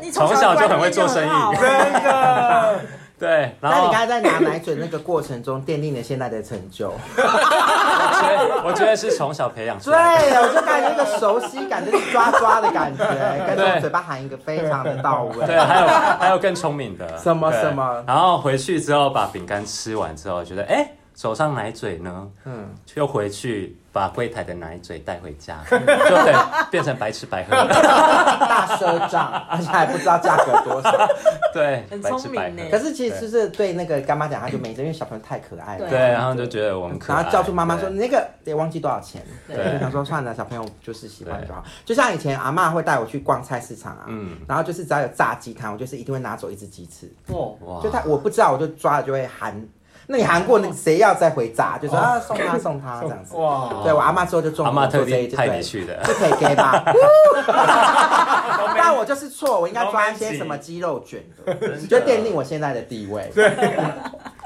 [SPEAKER 5] 你
[SPEAKER 2] 从啊小就很会做生意
[SPEAKER 5] 观念就很好
[SPEAKER 1] 真的。
[SPEAKER 2] 对，然
[SPEAKER 1] 那你
[SPEAKER 2] 后
[SPEAKER 1] 刚才在拿奶嘴那个过程中，奠定了现在的成 就。
[SPEAKER 2] 所以我觉得是从小培养出
[SPEAKER 1] 对，
[SPEAKER 2] 来的。
[SPEAKER 1] 我就感觉那个熟悉感，就是抓抓的感觉，跟
[SPEAKER 2] 对
[SPEAKER 1] 从嘴巴含一个非常的到位。
[SPEAKER 2] 对，还有还有更聪明的，
[SPEAKER 1] 什么
[SPEAKER 2] 对
[SPEAKER 1] 什么
[SPEAKER 2] 然后回去之后把饼干吃完之后，觉得哎、诶手上奶嘴呢，
[SPEAKER 1] 嗯，
[SPEAKER 2] 就回去把柜台的奶嘴带回 家，就等变成白吃白喝了。
[SPEAKER 1] 大赊账，而且还不知道价格多 少。
[SPEAKER 2] 对，
[SPEAKER 5] 很
[SPEAKER 2] 白
[SPEAKER 5] 聪
[SPEAKER 2] 吃白
[SPEAKER 5] 明呢
[SPEAKER 1] 可
[SPEAKER 2] 喝。
[SPEAKER 1] 是其实就是对那个干妈讲，她就没辙，因为小朋友太可爱了。
[SPEAKER 2] 对，然后就觉得我们可爱，
[SPEAKER 1] 然后叫住妈妈说：“
[SPEAKER 2] 对
[SPEAKER 1] 你那个也忘记多少钱。”
[SPEAKER 2] 对
[SPEAKER 1] 想说算了，小朋友就是喜欢就好。就像以前阿嬷会带我去逛菜市场啊，
[SPEAKER 2] 嗯
[SPEAKER 1] 然后就是只要有炸鸡摊，我就是一定会拿走一只鸡翅。
[SPEAKER 3] 哦，
[SPEAKER 2] 哇
[SPEAKER 1] 就他我不知道，我就抓了就会喊。那你喊过那谁要再回炸，就说啊送他送 他这 样子。
[SPEAKER 3] 哇，
[SPEAKER 1] 对我阿妈之后就中
[SPEAKER 2] 阿妈
[SPEAKER 1] 了
[SPEAKER 2] 特
[SPEAKER 1] 做这
[SPEAKER 2] 地
[SPEAKER 1] 一对，
[SPEAKER 2] 派你去的，
[SPEAKER 1] 就可以给吧。那我就是错，我应该抓一些什么鸡肉卷的，就奠定我现在的地位。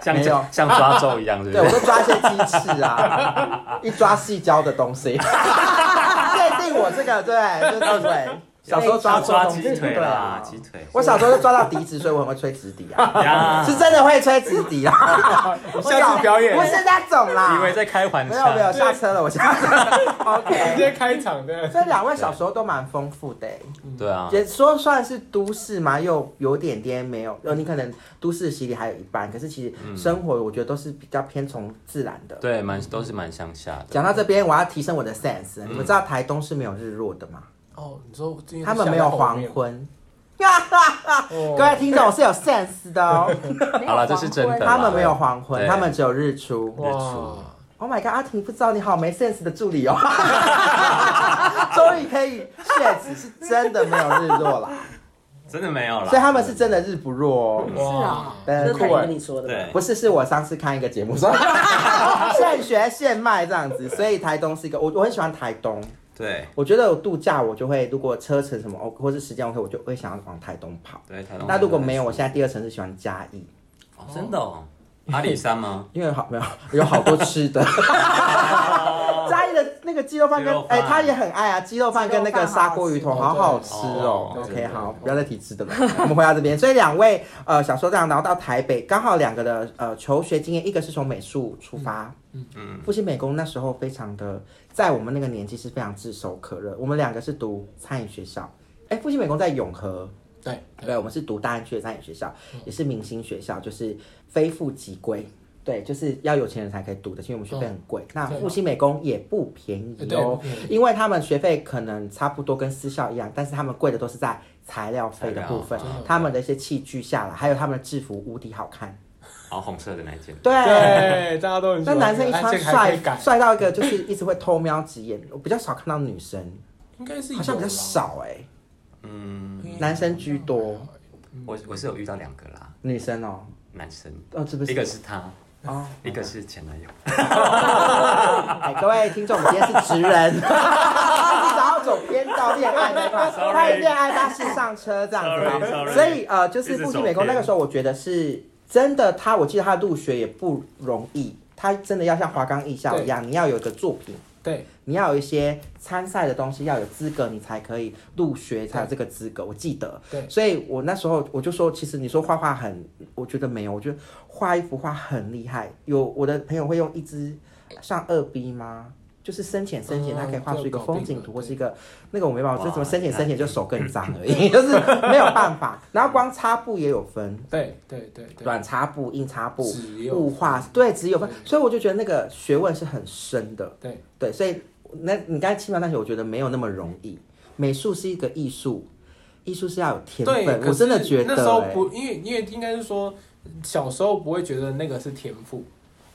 [SPEAKER 2] 像
[SPEAKER 1] 没有
[SPEAKER 2] 像抓周一样，是不
[SPEAKER 1] 对，我
[SPEAKER 2] 是？
[SPEAKER 1] 都抓一些鸡翅啊，一抓细胶的东西，奠定我这个对，就地位。小时候抓
[SPEAKER 2] 要
[SPEAKER 1] 错
[SPEAKER 2] 抓
[SPEAKER 1] 东西
[SPEAKER 2] 鸡腿
[SPEAKER 1] 对
[SPEAKER 2] 啦
[SPEAKER 1] 啊，
[SPEAKER 2] 鸡腿
[SPEAKER 1] 我小时候就抓到笛子，所以我很会吹直笛 啊，
[SPEAKER 2] 呀
[SPEAKER 1] 是真的会吹直笛啊。
[SPEAKER 2] 下次表演
[SPEAKER 1] 不是那种啦，
[SPEAKER 2] 以为在开玩
[SPEAKER 1] 没有
[SPEAKER 2] 笑
[SPEAKER 1] 没，有下车了，我下车了。
[SPEAKER 3] 直
[SPEAKER 1] OK，
[SPEAKER 3] 接开场的，
[SPEAKER 1] 这两位小时候都蛮丰富的、欸，
[SPEAKER 2] 对啊，
[SPEAKER 1] 也说算是都市嘛，又有点点没有，呃，你可能都市洗礼还有一半，可是其实生活我觉得都是比较偏从自然的。
[SPEAKER 2] 嗯对，蛮都是蛮乡下的。
[SPEAKER 1] 讲到这边，我要提升我的 sense。你们
[SPEAKER 2] 嗯
[SPEAKER 1] 知道台东是没有日落的吗？
[SPEAKER 3] 哦，你说今天
[SPEAKER 1] 他们没有黄 昏。各位听众是有 sense 的 哦，
[SPEAKER 5] 没有
[SPEAKER 2] 好了这是真的
[SPEAKER 5] 黄昏
[SPEAKER 1] 他们没有黄昏，
[SPEAKER 2] 对
[SPEAKER 1] 他们只有日出。
[SPEAKER 2] 哇，
[SPEAKER 1] Oh my god，阿婷不知道你好没 sense 的助理哦， 终于可以确指是真的没有日落啦，
[SPEAKER 2] 真的没有啦，
[SPEAKER 1] 所以他们是真的日不落哦。
[SPEAKER 5] 是
[SPEAKER 3] 嗯
[SPEAKER 5] 啊，
[SPEAKER 4] 这是
[SPEAKER 1] 但
[SPEAKER 4] 凯跟你说的吧。
[SPEAKER 2] 对，
[SPEAKER 1] 不是，是我上次看一个节目说 现学现卖这样子，所以台东是一个我我很喜欢台东，
[SPEAKER 2] 对
[SPEAKER 1] 我觉得我度假我就会如果车程什么 OK 或是时间 OK，我就会想要往台东跑。
[SPEAKER 2] 对，台东
[SPEAKER 1] 那如果没有，我现在第二城市喜欢嘉义，
[SPEAKER 2] 哦真的哦，
[SPEAKER 1] 嗯
[SPEAKER 2] 阿里山吗？
[SPEAKER 1] 因为好没有有好多吃的。嘉义的那个鸡肉饭
[SPEAKER 2] 鸡
[SPEAKER 1] 跟
[SPEAKER 2] 肉饭
[SPEAKER 1] 哎、他也很爱啊，鸡肉饭跟那个砂锅鱼头
[SPEAKER 3] 鸡肉
[SPEAKER 1] 好
[SPEAKER 3] 饭
[SPEAKER 1] 好
[SPEAKER 3] 好
[SPEAKER 1] 吃
[SPEAKER 3] 吃
[SPEAKER 1] 哦。
[SPEAKER 2] 哦
[SPEAKER 1] OK，
[SPEAKER 3] 对
[SPEAKER 1] 好，不要再提吃的了，我们回到这边。所以两位呃想说这样，然后到台北，刚好两个的呃求学经验，一个是从美术出发，嗯，复兴美工那时候非常的，在我们那个年纪是非常炙手可热。我们两个是读餐饮学校，哎、复兴美工在永和，
[SPEAKER 3] 对，
[SPEAKER 1] 对，我们是读大安区的餐饮学校，
[SPEAKER 3] 嗯
[SPEAKER 1] 也是明星学校，就是非富即贵。对，就是要有钱人才可以读的，因为我们学费很贵。那
[SPEAKER 3] 嗯对
[SPEAKER 1] 复兴美工也不便宜
[SPEAKER 3] 对
[SPEAKER 1] 哦
[SPEAKER 3] 不便宜，
[SPEAKER 1] 因为他们学费可能差不多跟私校一样，但是他们贵的都是在材料费的
[SPEAKER 2] 材料
[SPEAKER 1] 部分
[SPEAKER 2] 真的，
[SPEAKER 1] 他们的一些器具下来，还有他们的制服无敌好看。
[SPEAKER 2] 哦，红色的那一件，
[SPEAKER 1] 对，
[SPEAKER 3] 对，大家都很喜
[SPEAKER 1] 那
[SPEAKER 3] 欢。
[SPEAKER 1] 男生一
[SPEAKER 3] 而
[SPEAKER 1] 穿
[SPEAKER 3] 且还可
[SPEAKER 1] 帅
[SPEAKER 3] 以改，
[SPEAKER 1] 帅到一个就是一直会偷瞄几眼，我比较少看到女生，
[SPEAKER 3] 应该是有
[SPEAKER 1] 好像比较
[SPEAKER 3] 啦，
[SPEAKER 1] 少哎、
[SPEAKER 2] 嗯，
[SPEAKER 1] 男生居多，
[SPEAKER 2] 我我是有遇到两个啦，
[SPEAKER 1] 女生哦，
[SPEAKER 2] 男生，
[SPEAKER 1] 哦，是不是？
[SPEAKER 2] 一个是他，
[SPEAKER 1] 哦，
[SPEAKER 2] 一个是前男友，
[SPEAKER 1] 哎，各位听众，我们今天是直人，一直想要走偏到恋爱那一块，
[SPEAKER 2] Sorry
[SPEAKER 1] 他恋爱巴士上车这样子嘛
[SPEAKER 2] Sorry，sorry
[SPEAKER 1] 所以呃，就
[SPEAKER 2] 一
[SPEAKER 1] 是
[SPEAKER 2] 直
[SPEAKER 1] 复
[SPEAKER 2] 走
[SPEAKER 1] 兴美工那
[SPEAKER 2] 偏
[SPEAKER 1] 个时候，我觉得是真的他，我记得他入学也不容易，他真的要像华冈艺校一样，你要有一个作品。
[SPEAKER 3] 对，
[SPEAKER 1] 你要有一些参赛的东西，要有资格，你才可以入学，才有这个资格。我记得，
[SPEAKER 3] 对
[SPEAKER 1] 所以我那时候我就说，其实你说画画很，我觉得没有，我觉得画一幅画很厉害。有我的朋友会用一支像二 B 吗？就是深浅深浅，
[SPEAKER 3] 嗯
[SPEAKER 1] 它可以画出一个风景图
[SPEAKER 3] 对
[SPEAKER 1] 或是一个那个我没办法，
[SPEAKER 2] 哇
[SPEAKER 1] 这怎么深浅深浅就手更脏而 已， 就是没有办法。然后光擦布也有分，
[SPEAKER 3] 对，对，对，对，
[SPEAKER 1] 软擦布、硬擦布、
[SPEAKER 3] 只有
[SPEAKER 1] 雾化，对，只有分
[SPEAKER 3] 对。
[SPEAKER 1] 所以我就觉得那个学问是很深的。
[SPEAKER 3] 对，
[SPEAKER 1] 对，所以那你刚才轻描淡写，我觉得没有那么容易。美术是一个艺术，艺术是要有天
[SPEAKER 3] 对，
[SPEAKER 1] 分。
[SPEAKER 3] 可
[SPEAKER 1] 我
[SPEAKER 3] 是
[SPEAKER 1] 真的觉得、
[SPEAKER 3] 那时候
[SPEAKER 1] 欸
[SPEAKER 3] 不，因为因为应该是说，小时候不会觉得那个是天赋，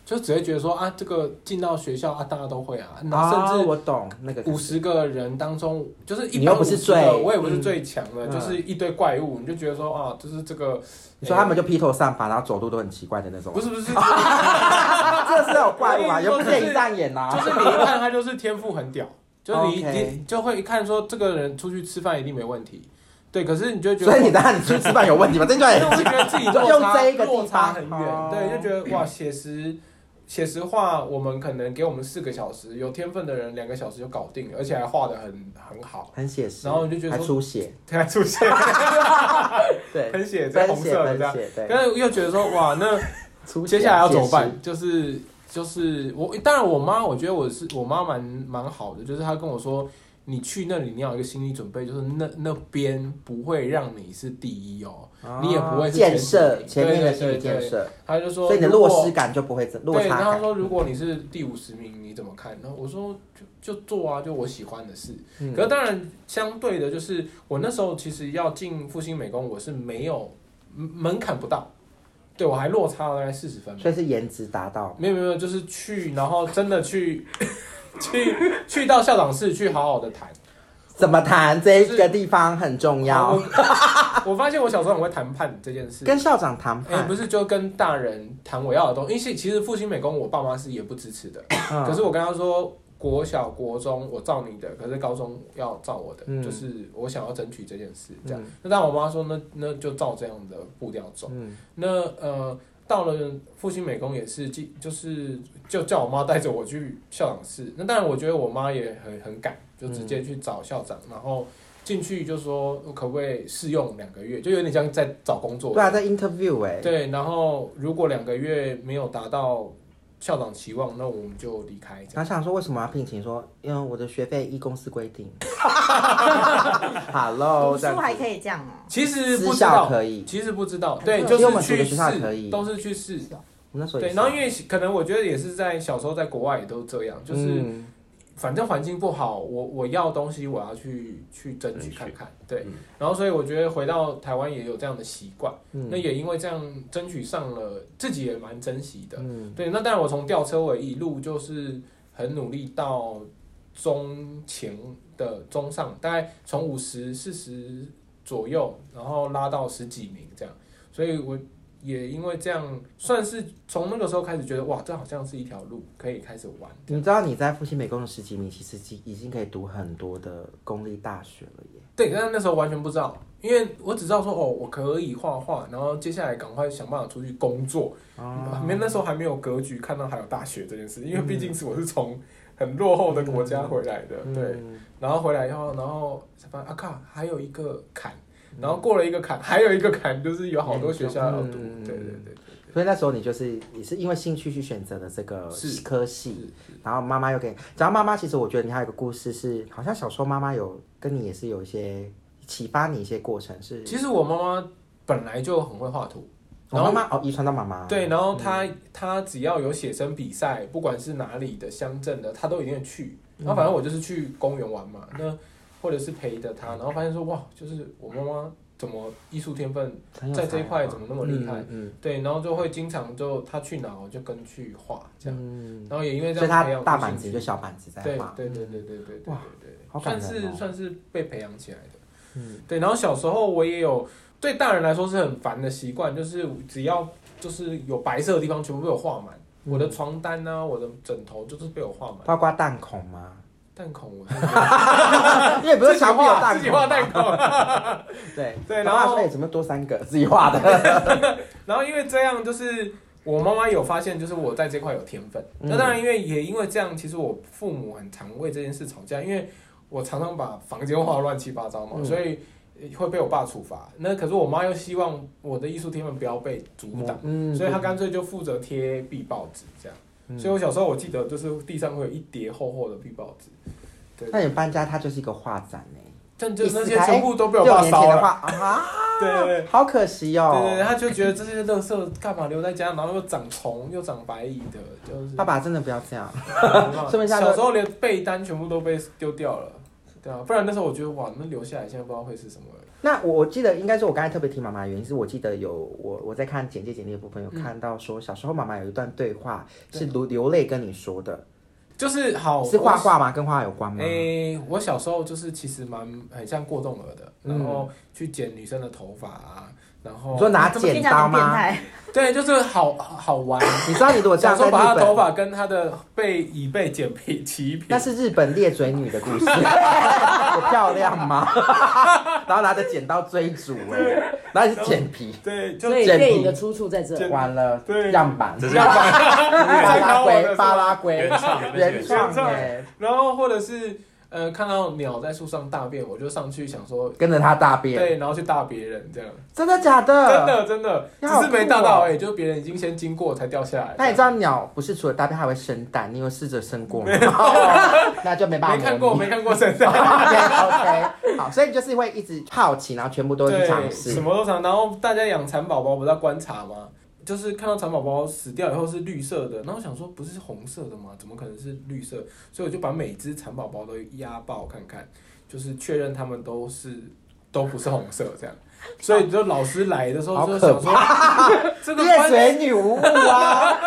[SPEAKER 3] 就只会觉得说啊，这个进到学校啊，大家都会啊，那
[SPEAKER 1] 啊，
[SPEAKER 3] 甚至。
[SPEAKER 1] 我懂那个感觉
[SPEAKER 3] 五十个人当中，就是一
[SPEAKER 1] 你又
[SPEAKER 3] 般
[SPEAKER 1] 不是
[SPEAKER 3] 50
[SPEAKER 1] 最
[SPEAKER 3] 个我也不是最强的，
[SPEAKER 1] 嗯
[SPEAKER 3] 就是一堆怪物，你就觉得说啊，就是这个，哎
[SPEAKER 1] 你说他们就披头散发，然后走路都很奇怪的那种。
[SPEAKER 3] 不是，不 是，
[SPEAKER 1] 这是有怪物啊，
[SPEAKER 3] 我
[SPEAKER 1] 有
[SPEAKER 3] 跟你说
[SPEAKER 1] 电影上演啊。
[SPEAKER 3] 就是你一看他就是天赋很屌，就是你
[SPEAKER 1] OK
[SPEAKER 3] 你就会一看说这个人出去吃饭一定没问题，对，可是你就会觉得
[SPEAKER 1] 所以你当然你出去吃饭有问题吧？真
[SPEAKER 3] 因为我
[SPEAKER 1] 的，
[SPEAKER 3] 就觉 得自己落
[SPEAKER 1] 用
[SPEAKER 3] 差
[SPEAKER 1] 这一个地
[SPEAKER 3] 落差
[SPEAKER 1] 方
[SPEAKER 3] 很
[SPEAKER 1] 哦
[SPEAKER 3] 远，对，就觉得哇，写实写实画，我们可能给我们四个小时，有天分的人两个小时就搞定了，而且还画的很很好，
[SPEAKER 1] 很写实，
[SPEAKER 3] 然后我就觉得
[SPEAKER 1] 还
[SPEAKER 3] 说
[SPEAKER 1] 出血，
[SPEAKER 3] 才出现
[SPEAKER 1] 对，
[SPEAKER 3] 喷血在
[SPEAKER 1] 喷
[SPEAKER 3] 红
[SPEAKER 1] 血
[SPEAKER 3] 色的
[SPEAKER 1] 喷
[SPEAKER 3] 这样，
[SPEAKER 1] 血，对，
[SPEAKER 3] 但是又觉得说哇， 那
[SPEAKER 1] 出血
[SPEAKER 3] 接下来要怎么
[SPEAKER 1] 血
[SPEAKER 3] 办？就是就是我，当然我妈，我觉得我是我妈蛮蛮好的，就是她跟我说，你去那里你要有一个心理准备，就是那那边不会让你是第一哦，
[SPEAKER 1] 丝？啊
[SPEAKER 3] 你也不会是
[SPEAKER 1] 建设
[SPEAKER 3] 全体
[SPEAKER 1] 前面的
[SPEAKER 3] 对对
[SPEAKER 1] 心理
[SPEAKER 3] 对对
[SPEAKER 1] 建设，
[SPEAKER 3] 她就说，
[SPEAKER 1] 所以你的
[SPEAKER 3] 如果
[SPEAKER 1] 落失感就不会增落
[SPEAKER 3] 对，
[SPEAKER 1] 差
[SPEAKER 3] 然后她
[SPEAKER 1] 感。
[SPEAKER 3] 说如果你是第五十名，你怎么看？然后我说就就做啊，就我喜欢的事。
[SPEAKER 1] 嗯
[SPEAKER 3] 可是当然，相对的，就是我那时候其实要进复兴美工，我是没有门门槛不到，对我还落差了大概四十分吧。
[SPEAKER 1] 所以是颜值达到，
[SPEAKER 3] 没有没有没有，就是去，然后真的去， 去去到校长室去好好的谈。
[SPEAKER 1] 怎么谈这一个地方很重要，
[SPEAKER 3] 我 发现我小时候很会谈判这件事，
[SPEAKER 1] 跟校长谈
[SPEAKER 3] 哎、
[SPEAKER 1] 判
[SPEAKER 3] 不。是就跟大人谈我要的东西，因为其其实复兴美工我爸妈是也不支持的，
[SPEAKER 1] 嗯
[SPEAKER 3] 可是我跟他说国小国中我照你的，可是高中要照我的，
[SPEAKER 1] 嗯
[SPEAKER 3] 就是我想要争取这件事这样。
[SPEAKER 1] 嗯
[SPEAKER 3] 那但我妈说那那就照这样的步调走。
[SPEAKER 1] 嗯，
[SPEAKER 3] 那呃，到了复兴美工也是，即就是就叫我妈带着我去校长室。那当然，我觉得我妈也很很赶，就直
[SPEAKER 1] 嗯
[SPEAKER 3] 接去找校长，然后进去就说呃可不可以试用两个月，就有点像在找工作。
[SPEAKER 1] 对啊，在 interview 哎、
[SPEAKER 3] 对，然后如果两个月没有达到校长期望，那我们就离开。这样
[SPEAKER 1] 然后想说为什么要聘请？说因为我的学费依公司规 定。Hello，
[SPEAKER 5] 读
[SPEAKER 1] 这样
[SPEAKER 5] 书
[SPEAKER 1] 子
[SPEAKER 5] 还可以这样哦。
[SPEAKER 3] 其实不
[SPEAKER 1] 私
[SPEAKER 3] 知
[SPEAKER 1] 校
[SPEAKER 3] 道，
[SPEAKER 1] 可以，嗯
[SPEAKER 3] 其实不知道，
[SPEAKER 5] 可
[SPEAKER 3] 对，
[SPEAKER 5] 以
[SPEAKER 3] 就
[SPEAKER 1] 因为我们
[SPEAKER 3] 是
[SPEAKER 1] 读的
[SPEAKER 3] 去
[SPEAKER 1] 学校可以
[SPEAKER 3] 试，都是去试。
[SPEAKER 1] 我们那时候也
[SPEAKER 3] 对，
[SPEAKER 1] 是啊
[SPEAKER 3] 然后因为可能我觉得也是在小时候在国外也都这样，就是。
[SPEAKER 1] 嗯
[SPEAKER 3] 反正环境不好，我我要东西，我要去去争取
[SPEAKER 2] 争取
[SPEAKER 3] 看看，对。
[SPEAKER 2] 嗯
[SPEAKER 3] 然后所以我觉得回到台湾也有这样的习惯，
[SPEAKER 1] 嗯
[SPEAKER 3] 那也因为这样争取上了，自己也蛮珍惜的，
[SPEAKER 1] 嗯
[SPEAKER 3] 对。那当然我从吊车尾一路就是很努力到中前的中上，大概从五十四十左右，然后拉到十几名这样，所以我。也因为这样，算是从那个时候开始觉得，哇，这好像是一条路，可以开始玩。
[SPEAKER 1] 你知道你在复兴美工的十几名，其实已经可以读很多的公立大学了耶。
[SPEAKER 3] 对，但那时候完全不知道，因为我只知道说哦，我可以画画，然后接下来赶快想办法出去工作。
[SPEAKER 1] 哦，
[SPEAKER 3] 没、那时候还没有格局看到还有大学这件事，因为毕竟是我是从很落后的国家回来的，对。
[SPEAKER 1] 嗯嗯
[SPEAKER 3] 然后回来以后，然后才发现啊靠，还有一个坎，然后过了一个坎，还有一个坎，就是有好多学校要读。
[SPEAKER 1] 嗯嗯
[SPEAKER 3] 对对对
[SPEAKER 1] 所以那时候你就是也是因为兴趣去选择了这个
[SPEAKER 3] 是
[SPEAKER 1] 科
[SPEAKER 3] 对，
[SPEAKER 1] 系，
[SPEAKER 3] 是
[SPEAKER 1] 然后妈妈又给你，讲到妈妈，其实我觉得你还有一个故事是，好像小时候妈妈有跟你也是有一些启发你一些过程是，
[SPEAKER 3] 其实我妈妈本来就很会画图，
[SPEAKER 1] 我
[SPEAKER 3] 然后
[SPEAKER 1] 妈妈哦遗传到妈妈，
[SPEAKER 3] 对，然后他、他只要有写生比赛，不管是哪里的乡镇的，他都一定会去。
[SPEAKER 1] 嗯
[SPEAKER 3] 然后反正我就是去公园玩嘛，那或者是陪着他，然后发现说哇，就是我妈妈怎么艺术天分
[SPEAKER 1] 很有
[SPEAKER 3] 在这一
[SPEAKER 1] 才
[SPEAKER 3] 块
[SPEAKER 1] 华
[SPEAKER 3] 怎么那么厉害？
[SPEAKER 1] 嗯，
[SPEAKER 3] 对，然后就会经常就他去哪我就跟去画这样，
[SPEAKER 1] 嗯，
[SPEAKER 3] 然后也因为这
[SPEAKER 1] 所以
[SPEAKER 3] 样
[SPEAKER 1] 她
[SPEAKER 3] 培养
[SPEAKER 1] 大
[SPEAKER 3] 出
[SPEAKER 1] 板
[SPEAKER 3] 兴
[SPEAKER 1] 子
[SPEAKER 3] 趣
[SPEAKER 1] 就小板子在
[SPEAKER 3] 对
[SPEAKER 1] 画，嗯
[SPEAKER 3] 对对对对对对对
[SPEAKER 1] 哇
[SPEAKER 3] 对对，
[SPEAKER 1] 好感
[SPEAKER 3] 算
[SPEAKER 1] 人
[SPEAKER 3] 是
[SPEAKER 1] 哦
[SPEAKER 3] 算是被培养起来的。
[SPEAKER 1] 嗯，
[SPEAKER 3] 对，然后小时候我也有对大人来说是很烦的习惯，就是只要就是有白色的地方全部被我画满，
[SPEAKER 1] 嗯啊
[SPEAKER 3] 我的床单啊，我的枕头就是被我画满。
[SPEAKER 1] 包括弹孔吗？
[SPEAKER 3] 弹孔 我是没有
[SPEAKER 1] 因为不是
[SPEAKER 3] 自己
[SPEAKER 1] 墙壁有
[SPEAKER 3] 画
[SPEAKER 1] 弹
[SPEAKER 3] 自己
[SPEAKER 1] 孔
[SPEAKER 3] 画
[SPEAKER 1] 吗，
[SPEAKER 3] 弹孔，
[SPEAKER 1] 对
[SPEAKER 3] 对
[SPEAKER 1] 妈
[SPEAKER 3] 然
[SPEAKER 1] 妈
[SPEAKER 3] 后
[SPEAKER 1] 说也哎怎么多三个自己画的，
[SPEAKER 3] 然后因为这样就是。我妈妈有发现，就是我在这块有天分。
[SPEAKER 1] 嗯
[SPEAKER 3] 那当然，因为也因为这样，其实我父母很常为这件事吵架，因为我常常把房间画得乱七八糟嘛，
[SPEAKER 1] 嗯
[SPEAKER 3] 所以会被我爸处罚。那可是我妈又希望我的艺术天分 不要被阻挡，
[SPEAKER 1] 嗯
[SPEAKER 3] 所以他干脆就负责贴壁报纸这样。
[SPEAKER 1] 嗯
[SPEAKER 3] 所以我小时候我记得就是地上会有一叠厚厚的壁报纸，对，
[SPEAKER 1] 那你搬家，它就是一个画展呢，
[SPEAKER 3] 但就
[SPEAKER 1] 一撕
[SPEAKER 3] 那些
[SPEAKER 1] 开
[SPEAKER 3] 全部都被我
[SPEAKER 1] 六
[SPEAKER 3] 爸
[SPEAKER 1] 年
[SPEAKER 3] 烧
[SPEAKER 1] 前的
[SPEAKER 3] 了，
[SPEAKER 1] 画啊，
[SPEAKER 3] 对对对。
[SPEAKER 1] 好可惜哦。
[SPEAKER 3] 对对对，他就觉得这些垃圾干嘛留在家，然后又长虫又长白蚁的，就是
[SPEAKER 1] 爸爸真的不要这样， 顺便下
[SPEAKER 3] 小时候连被单全部都被丢掉了，对啊，不然那时候我觉得哇，那留下来现在不知道会是什么了。
[SPEAKER 1] 那我我记得应该是我刚才特别提妈妈的原因，是我记得有我我在看简介简历的部分有
[SPEAKER 3] 嗯
[SPEAKER 1] 看到说，小时候妈妈有一段对话是流流泪跟你说的，
[SPEAKER 3] 就是好
[SPEAKER 1] 是画
[SPEAKER 3] 哦我
[SPEAKER 1] 画吗？跟画有关吗？
[SPEAKER 3] 诶、我小时候就是其实蛮很像过动儿的，
[SPEAKER 1] 嗯
[SPEAKER 3] 然后去剪女生的头发啊，然
[SPEAKER 1] 你
[SPEAKER 3] 后
[SPEAKER 1] 说拿
[SPEAKER 5] 怎么
[SPEAKER 1] 剪
[SPEAKER 5] 听起来
[SPEAKER 1] 刀
[SPEAKER 5] 很变
[SPEAKER 1] 吗？
[SPEAKER 5] 态？
[SPEAKER 3] 对，就是好好 玩。
[SPEAKER 1] 你知道你如果这
[SPEAKER 3] 想
[SPEAKER 1] 样在
[SPEAKER 3] 说
[SPEAKER 1] 日
[SPEAKER 3] 把他的
[SPEAKER 1] 本，
[SPEAKER 3] 头发跟他的背椅背剪平齐平
[SPEAKER 1] 那，是日本裂嘴女的故 事，我漂亮吗？ 然后拿着剪刀追逐哎、然后是剪皮，
[SPEAKER 3] 对，就
[SPEAKER 4] 所以
[SPEAKER 1] 剪
[SPEAKER 4] 电
[SPEAKER 1] 皮
[SPEAKER 4] 影的出处 在这。
[SPEAKER 3] 剪
[SPEAKER 1] 完了，
[SPEAKER 3] 对
[SPEAKER 1] 样板，
[SPEAKER 2] 这是
[SPEAKER 1] 样板，巴
[SPEAKER 3] 原
[SPEAKER 1] 拉
[SPEAKER 3] 创的
[SPEAKER 1] 圭，
[SPEAKER 3] 是吧
[SPEAKER 1] 巴拉圭，
[SPEAKER 2] 原创原
[SPEAKER 1] 原创
[SPEAKER 3] 原创
[SPEAKER 1] 哎，
[SPEAKER 3] 然后或者是呃看到鸟在树上大便，我就上去想说
[SPEAKER 1] 跟着他大便，
[SPEAKER 3] 对，然后去大别人这样，
[SPEAKER 1] 真的假
[SPEAKER 3] 真
[SPEAKER 1] 的？。
[SPEAKER 3] 的真的，只
[SPEAKER 1] 那啊好
[SPEAKER 3] 是没大
[SPEAKER 1] 酷哦
[SPEAKER 3] 到而已，就是别人已经先经过才掉下来。
[SPEAKER 1] 那你知
[SPEAKER 3] 道
[SPEAKER 1] 道鸟不是除了大便还会生蛋？你有试着生 过吗？哦那就没办法模
[SPEAKER 3] 没
[SPEAKER 1] 拟。
[SPEAKER 3] 看过没看过现在。
[SPEAKER 1] OK，好，所以你就是会一直好奇，然后全部都会去尝
[SPEAKER 3] 对，
[SPEAKER 1] 试
[SPEAKER 3] 什。么都尝。然后大家养蚕宝宝不是要观察吗？就是看到蚕宝宝死掉以后是绿色的，然后我想说不是红色的吗？怎么可能是绿色？所以我就把每只蚕宝宝都压爆看看，就是确认它们都是都不是红色这样。所以就老师来的时候
[SPEAKER 1] 好
[SPEAKER 3] 就
[SPEAKER 1] 可
[SPEAKER 3] 想说， 这个
[SPEAKER 1] 猎
[SPEAKER 3] 观
[SPEAKER 1] 水女无误 啊！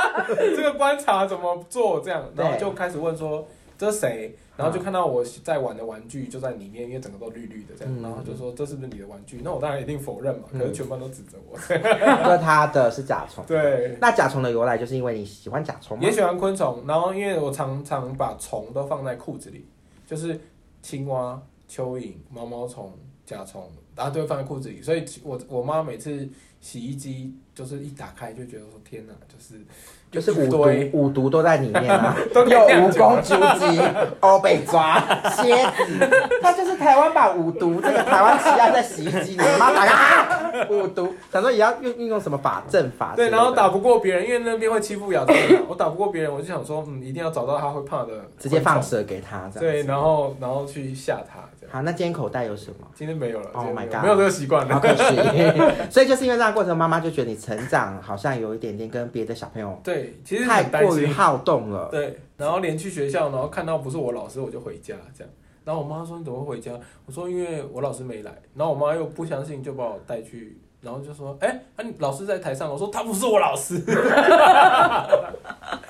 [SPEAKER 3] 这个观察怎么做这样，然后
[SPEAKER 1] 对
[SPEAKER 3] 就开始问说这是谁，然后就看到我在玩的玩具就在里面，因为整个都绿绿的这
[SPEAKER 1] 嗯
[SPEAKER 3] 样，然后就说这是不是你的玩具？那我当然一定否认嘛，
[SPEAKER 1] 嗯
[SPEAKER 3] 可是全班都指责 我。
[SPEAKER 1] 说它的是甲虫。。
[SPEAKER 3] 对，
[SPEAKER 1] 那甲虫的由来就是因为你喜欢甲虫吗
[SPEAKER 3] 也？喜欢昆虫，然后因为我常常把虫都放在裤子里，就是青蛙、蚯蚓、毛毛虫、甲虫，然后都会放在裤子里，所以我我妈每次洗衣机就是一打开就觉得说天哪，就是
[SPEAKER 1] 就是
[SPEAKER 3] 一
[SPEAKER 1] 五毒
[SPEAKER 3] 堆，
[SPEAKER 1] 五毒都在里面啊，
[SPEAKER 3] 欸 都可以
[SPEAKER 1] 有
[SPEAKER 3] 酿
[SPEAKER 1] 蜈
[SPEAKER 3] 酒
[SPEAKER 1] 蚣、猪鸡、欧哦被抓、蝎子，那就是台湾把五毒这个台湾奇案在洗衣机里，妈打开啊五毒，想说也要运运用什么法阵法之类
[SPEAKER 3] 对，
[SPEAKER 1] 的，
[SPEAKER 3] 然后打不过别人，因为那边会欺负亚洲人嘛，我 打不过别人，我就想说，嗯，一定要找到他会怕的，
[SPEAKER 1] 直接放。蛇给他这
[SPEAKER 3] 对，
[SPEAKER 1] 样子。
[SPEAKER 3] 然后然后去吓他，这样。
[SPEAKER 1] 好，那今天口袋有什么？
[SPEAKER 3] 今天没有了
[SPEAKER 1] Oh
[SPEAKER 3] 今天没有
[SPEAKER 1] my god
[SPEAKER 3] 没有这个习惯
[SPEAKER 1] 好
[SPEAKER 3] 了。
[SPEAKER 1] 可惜，所以就是因为这样的过程，妈妈就觉得你成长好像有一点点跟别的小朋友
[SPEAKER 3] 对，其实
[SPEAKER 1] 太
[SPEAKER 3] 很担
[SPEAKER 1] 过于
[SPEAKER 3] 心。
[SPEAKER 1] 好动了。
[SPEAKER 3] 对，然后连去学校，然后看到不是我老师，我就回家这样。然后我妈说你怎么会回家？我说因为我老师没来。然后我妈又不相信，就把我带去，然后就说，哎、啊你老师在台上。我说他不是我老师，